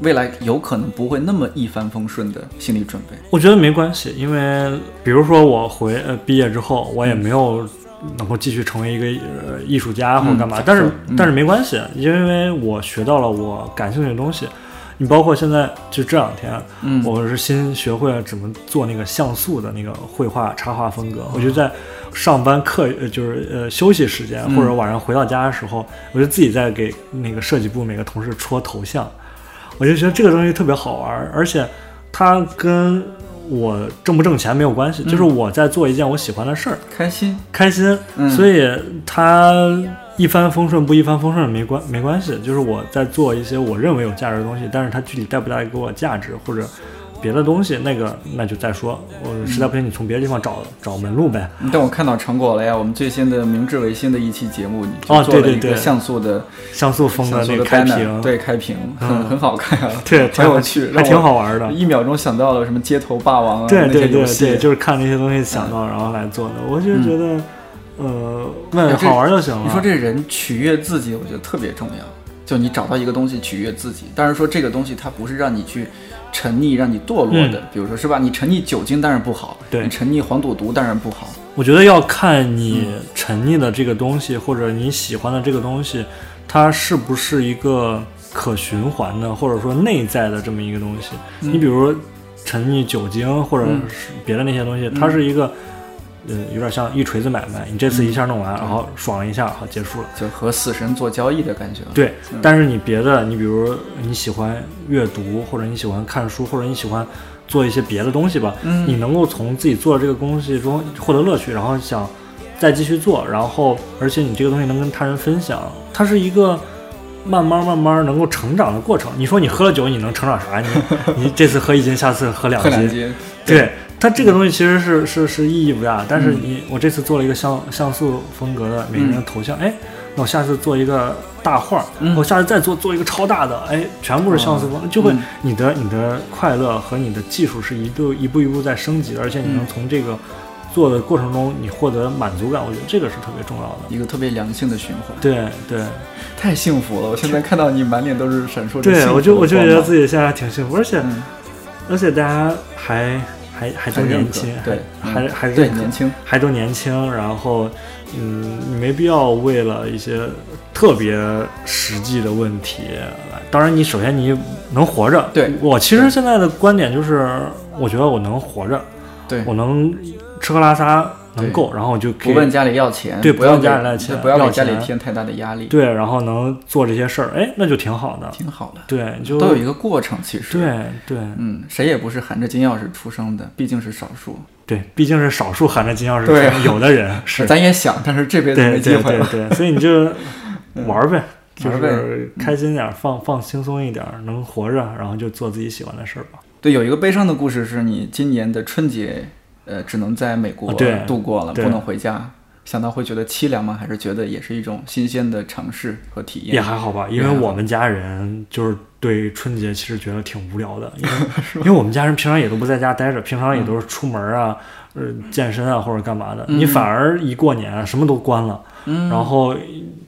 Speaker 1: 未来有可能不会那么一帆风顺的心理准备？
Speaker 2: 我觉得没关系，因为比如说我回呃毕业之后，我也没有能够继续成为一个呃艺术家或者干嘛，但是、
Speaker 1: 嗯
Speaker 2: 但是没关系，因为我学到了我感兴趣的东西。你包括现在就这两天，
Speaker 1: 嗯
Speaker 2: 我是新学会了怎么做那个像素的那个绘画插画风格。我就在上班课呃就是呃休息时间或者晚上回到家的时候，我就自己在给那个设计部每个同事戳头像。我就觉得这个东西特别好玩，儿，而且它跟我挣不挣钱没有关系，就是我在做一件我喜欢的事儿，
Speaker 1: 开心，
Speaker 2: 开心，
Speaker 1: 嗯
Speaker 2: 所以它一帆风顺不一帆风顺没关没关系，就是我在做一些我认为有价值的东西，但是它具体带不带给我价值或者。别的东西，那个那就再说。我实在不行，你从别的地方找找门路呗。
Speaker 1: 但我看到成果了呀！我们最新的明治维新的一期节目，你就
Speaker 2: 哦
Speaker 1: 做了
Speaker 2: 对对
Speaker 1: 一个
Speaker 2: 对
Speaker 1: 像素的
Speaker 2: 像素风
Speaker 1: 像
Speaker 2: 的
Speaker 1: 素
Speaker 2: 那个
Speaker 1: 的 banner，
Speaker 2: 开屏，嗯
Speaker 1: 对开屏很、很好看啊，
Speaker 2: 对，
Speaker 1: 很有趣，
Speaker 2: 还
Speaker 1: 让我
Speaker 2: 挺好玩的。
Speaker 1: 一秒钟想到了什么街头霸王啊，
Speaker 2: 对
Speaker 1: 那些
Speaker 2: 对对
Speaker 1: 游戏嗯
Speaker 2: 对，就是看那些东西想到然后来做的，我就觉得，呃，
Speaker 1: 哎
Speaker 2: 问
Speaker 1: 这
Speaker 2: 好玩就行了。
Speaker 1: 你说这人取悦自己，我觉得特别重要。就你找到一个东西取悦自己，当然说这个东西它不是让你去沉溺、让你堕落的，比如说是吧？你沉溺酒精当然不好，
Speaker 2: 嗯对
Speaker 1: 你沉溺黄赌毒当然不好，
Speaker 2: 我觉得要看你沉溺的这个东西，或者你喜欢的这个东西，它是不是一个可循环的，或者说内在的这么一个东西。你比如说沉溺酒精或者
Speaker 1: 嗯
Speaker 2: 是别的那些东西，它是一个。呃，有点像一锤子买卖，你这次一下弄完，然后爽一下，好结束了。
Speaker 1: 就和死神做交易的感觉。，
Speaker 2: 对，但是你别的，你比如你喜欢阅读，或者你喜欢看书，或者你喜欢做一些别的东西吧，
Speaker 1: 嗯
Speaker 2: 你能够从自己做的这个东西中获得乐趣，然后想再继续做，然后而且你这个东西能跟他人分享，它是一个。慢慢慢慢能够成长的过程，你说你喝了酒，你能成长啥？你你这次喝一斤，下次喝两
Speaker 1: 喝 两
Speaker 2: 斤，
Speaker 1: 斤，
Speaker 2: 对它这个东西其实是是是意义不大，但
Speaker 1: 嗯
Speaker 2: 是你、我这次做了一个像像素风格的每个人的头像，哎、那我下次做一个大画儿，
Speaker 1: 嗯
Speaker 2: 我下次再做做一个超大的，哎，全部是像素风，就会、
Speaker 1: 嗯
Speaker 2: 你的你的快乐和你的技术是一步一步一步在升级的，而且你
Speaker 1: 嗯
Speaker 2: 能从这个做的过程中你获得满足感，我觉得这个是特别重要的。
Speaker 1: 一个特别良性的循环，
Speaker 2: 对对
Speaker 1: 太幸福了！我现在看到你满脸都是闪烁着幸
Speaker 2: 对，
Speaker 1: 福
Speaker 2: 我就我就觉得
Speaker 1: 己
Speaker 2: 自己现在还挺幸福，而且、
Speaker 1: 嗯
Speaker 2: 而且大家还还还都
Speaker 1: 很认
Speaker 2: 年
Speaker 1: 可
Speaker 2: 轻，，
Speaker 1: 对，嗯
Speaker 2: 还还
Speaker 1: 对
Speaker 2: 认可
Speaker 1: 年轻，
Speaker 2: 还都年轻，然后，嗯，你没必要为了一些特别实际的问题来。当然，你首先你能活着。
Speaker 1: 对
Speaker 2: 我其实现在的观点就是，我觉得我能活着，
Speaker 1: 对，
Speaker 2: 我能吃喝拉撒
Speaker 1: 对
Speaker 2: 能够，然后我就可
Speaker 1: 不
Speaker 2: 以
Speaker 1: 问家里要钱，
Speaker 2: 对
Speaker 1: 不要
Speaker 2: 不问家里
Speaker 1: 给
Speaker 2: 要钱
Speaker 1: 不要给家
Speaker 2: 要
Speaker 1: 里
Speaker 2: 钱
Speaker 1: 添太大的压力，，
Speaker 2: 对，然后能做这些事儿，哎，那就挺好的。
Speaker 1: 挺好的，
Speaker 2: 对，就
Speaker 1: 都有一个过程，其实
Speaker 2: 对对
Speaker 1: 嗯，谁也不是含着金钥匙出生的，毕竟是少数。
Speaker 2: 对，毕竟是少数含着金钥匙
Speaker 1: 对
Speaker 2: 出生有的人 是。
Speaker 1: 咱也想， 但是这辈子没
Speaker 2: 对
Speaker 1: 机
Speaker 2: 对
Speaker 1: 会
Speaker 2: 对
Speaker 1: 了。
Speaker 2: 对，所以你就玩儿呗，就
Speaker 1: 玩儿呗
Speaker 2: 是开心点儿，放放轻松一点儿，能活着，然后就做自己喜欢的事儿吧。
Speaker 1: 对，有一个悲伤的故事是你今年的春节，呃，只能在美国
Speaker 2: 啊对
Speaker 1: 度过了，
Speaker 2: 对
Speaker 1: 不能回家。想到会觉得凄凉吗？还是觉得也是一种新鲜的尝试和体验？
Speaker 2: 也还好吧，因为我们家人就是对春节其实觉得挺无聊的，因为因为我们家人平常也都不在家待着，平常也都是出门啊、呃健身啊或者干嘛的。你反而一过年啊什么都关了，
Speaker 1: 嗯
Speaker 2: 然后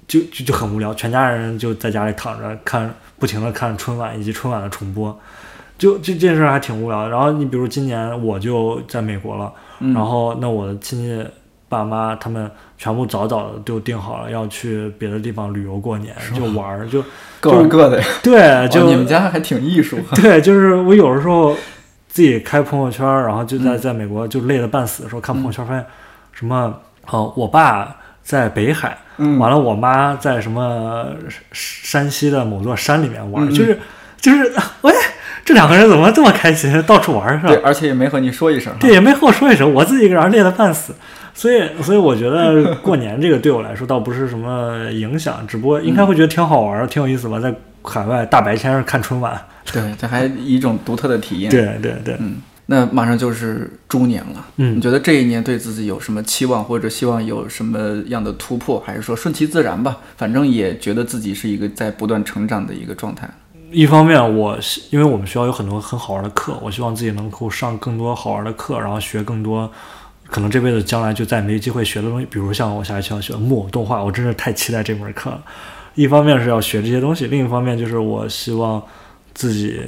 Speaker 2: 就就就很无聊，全家人就在家里躺着看，不停的看春晚以及春晚的重播，就这件事儿还挺无聊的。然后你比如今年我就在美国了，
Speaker 1: 嗯
Speaker 2: 然后那我的亲戚爸妈他们全部早早的就定好了要去别的地方旅游过年，就玩 儿，就
Speaker 1: 各玩各的。
Speaker 2: 对，
Speaker 1: 哦
Speaker 2: 就
Speaker 1: 你们家还挺艺术，
Speaker 2: 对，就是我有的时候自己开朋友圈儿，然后就
Speaker 1: 嗯
Speaker 2: 在在美国就累得半死的时候看朋友圈儿，发现什么呃，我爸在北海，
Speaker 1: 嗯
Speaker 2: 完了我妈在什么山西的某座山里面玩儿，
Speaker 1: 嗯嗯
Speaker 2: 就是就是喂，这两个人怎么这么开心，到处玩儿是吧
Speaker 1: 对，？而且也没和你说一声哈。
Speaker 2: 对，也没和我说一声，我自己一个人累得半死。所以，所以我 觉得过年这个对我来说倒不是什么影响，只不过应该会觉得挺好玩儿、挺有意思吧，在海外大白天上看春晚。
Speaker 1: 对，这还一种独特的体验。，
Speaker 2: 对对对，
Speaker 1: 嗯，那马上就是猪年了，
Speaker 2: 嗯
Speaker 1: 你觉得这一年对自己有什么期望，或者希望有什么样的突破，还是说顺其自然吧？反正也觉得自己是一个在不断成长的一个状态。
Speaker 2: 一方面我希因为我们学校有很多很好玩的课，我希望自己能够上更多好玩的课，然后学更多。可能这辈子将来就再也没机会学的东西，比如像我下学期要学木偶动画，我真是太期待这门课了。一方面是要学这些东西，另一方面就是我希望自己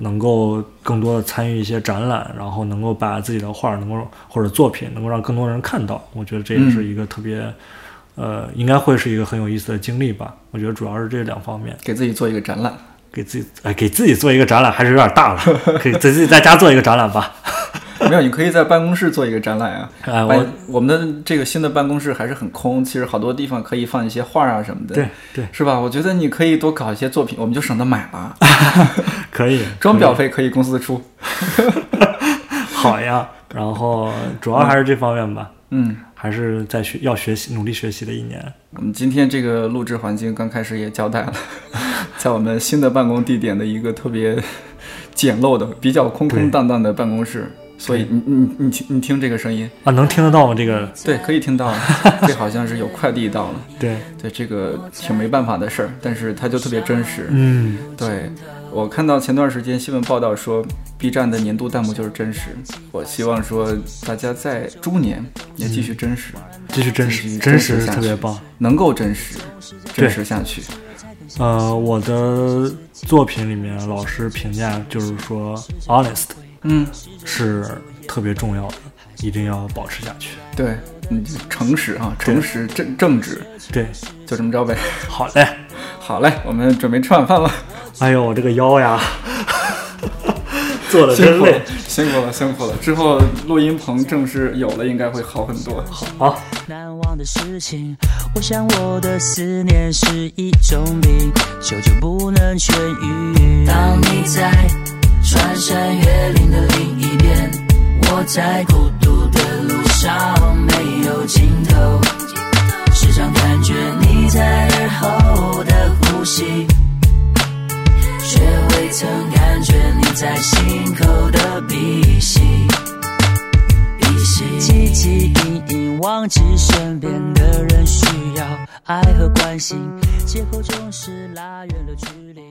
Speaker 2: 能够更多的参与一些展览，然后能够把自己的画儿能够或者作品能够让更多人看到。我觉得这也是一个特别，呃，应该会是一个很有意思的经历吧。我觉得主要是这两方面。
Speaker 1: 给自己做一个展览，
Speaker 2: 给自己哎，给自己做一个展览还是有点 大了，给自己在家做一个展览吧。
Speaker 1: 没有，你可以在办公室做一个展览啊。
Speaker 2: 哎，我
Speaker 1: 办我们的这个新的办公室还是很空，其实好多地方可以放一些画啊什么的，
Speaker 2: 对对，
Speaker 1: 是吧？我觉得你可以多搞一些作品，我们就省得买了，
Speaker 2: 可以
Speaker 1: 装裱费可以公司出。
Speaker 2: 好呀。然后主要还是这方面吧，
Speaker 1: 嗯，
Speaker 2: 还是在学要学习努力学习的一年。
Speaker 1: 我们今天这个录制环境刚开始也交代了， 在我们新的办公地点的一个特别简陋的、比较空空荡荡的办公室，所以你你你听你听这个声音，
Speaker 2: 啊，能听得到吗？这个
Speaker 1: 对，可以听到，这好像是有快递到了，
Speaker 2: 对，
Speaker 1: 对，这个挺没办法的事儿，但是它就特别真实，
Speaker 2: 嗯，
Speaker 1: 对，我看到前段时间新闻报道说，B 站的年度弹幕就是真实。我希望说大家在猪年也继续真实，
Speaker 2: 继续真
Speaker 1: 继
Speaker 2: 实，
Speaker 1: 续
Speaker 2: 真
Speaker 1: 真
Speaker 2: 实
Speaker 1: 实下去
Speaker 2: 特别棒。
Speaker 1: 能够真实，
Speaker 2: 对
Speaker 1: 真实下去。
Speaker 2: 呃，我的作品里面老师评价就是说，honest
Speaker 1: 嗯，
Speaker 2: 是特别重要的，一定要保持下去。
Speaker 1: 对，你就诚实啊，诚实正正直，
Speaker 2: 对，
Speaker 1: 就这么着呗。
Speaker 2: 好嘞。
Speaker 1: 好嘞，我们准备吃晚饭了，
Speaker 2: 哎呦，我这个腰呀， 坐的
Speaker 1: 辛
Speaker 2: 真
Speaker 1: 苦
Speaker 2: 累
Speaker 1: 了。，辛苦了，辛苦了。之后录音棚正式有了，应该会好很多。
Speaker 2: 好，
Speaker 3: 难忘的事情。我想我的思念是一种病，久久不能痊愈。
Speaker 4: 当你在穿山越岭的另一边，我在孤独的路上没有尽头，时常感觉你在耳后的呼吸，却未曾感觉你在心口的鼻息，鼻息。
Speaker 3: 汲汲营营，忘记身边的人需要爱和关心，借口总是拉远了距离。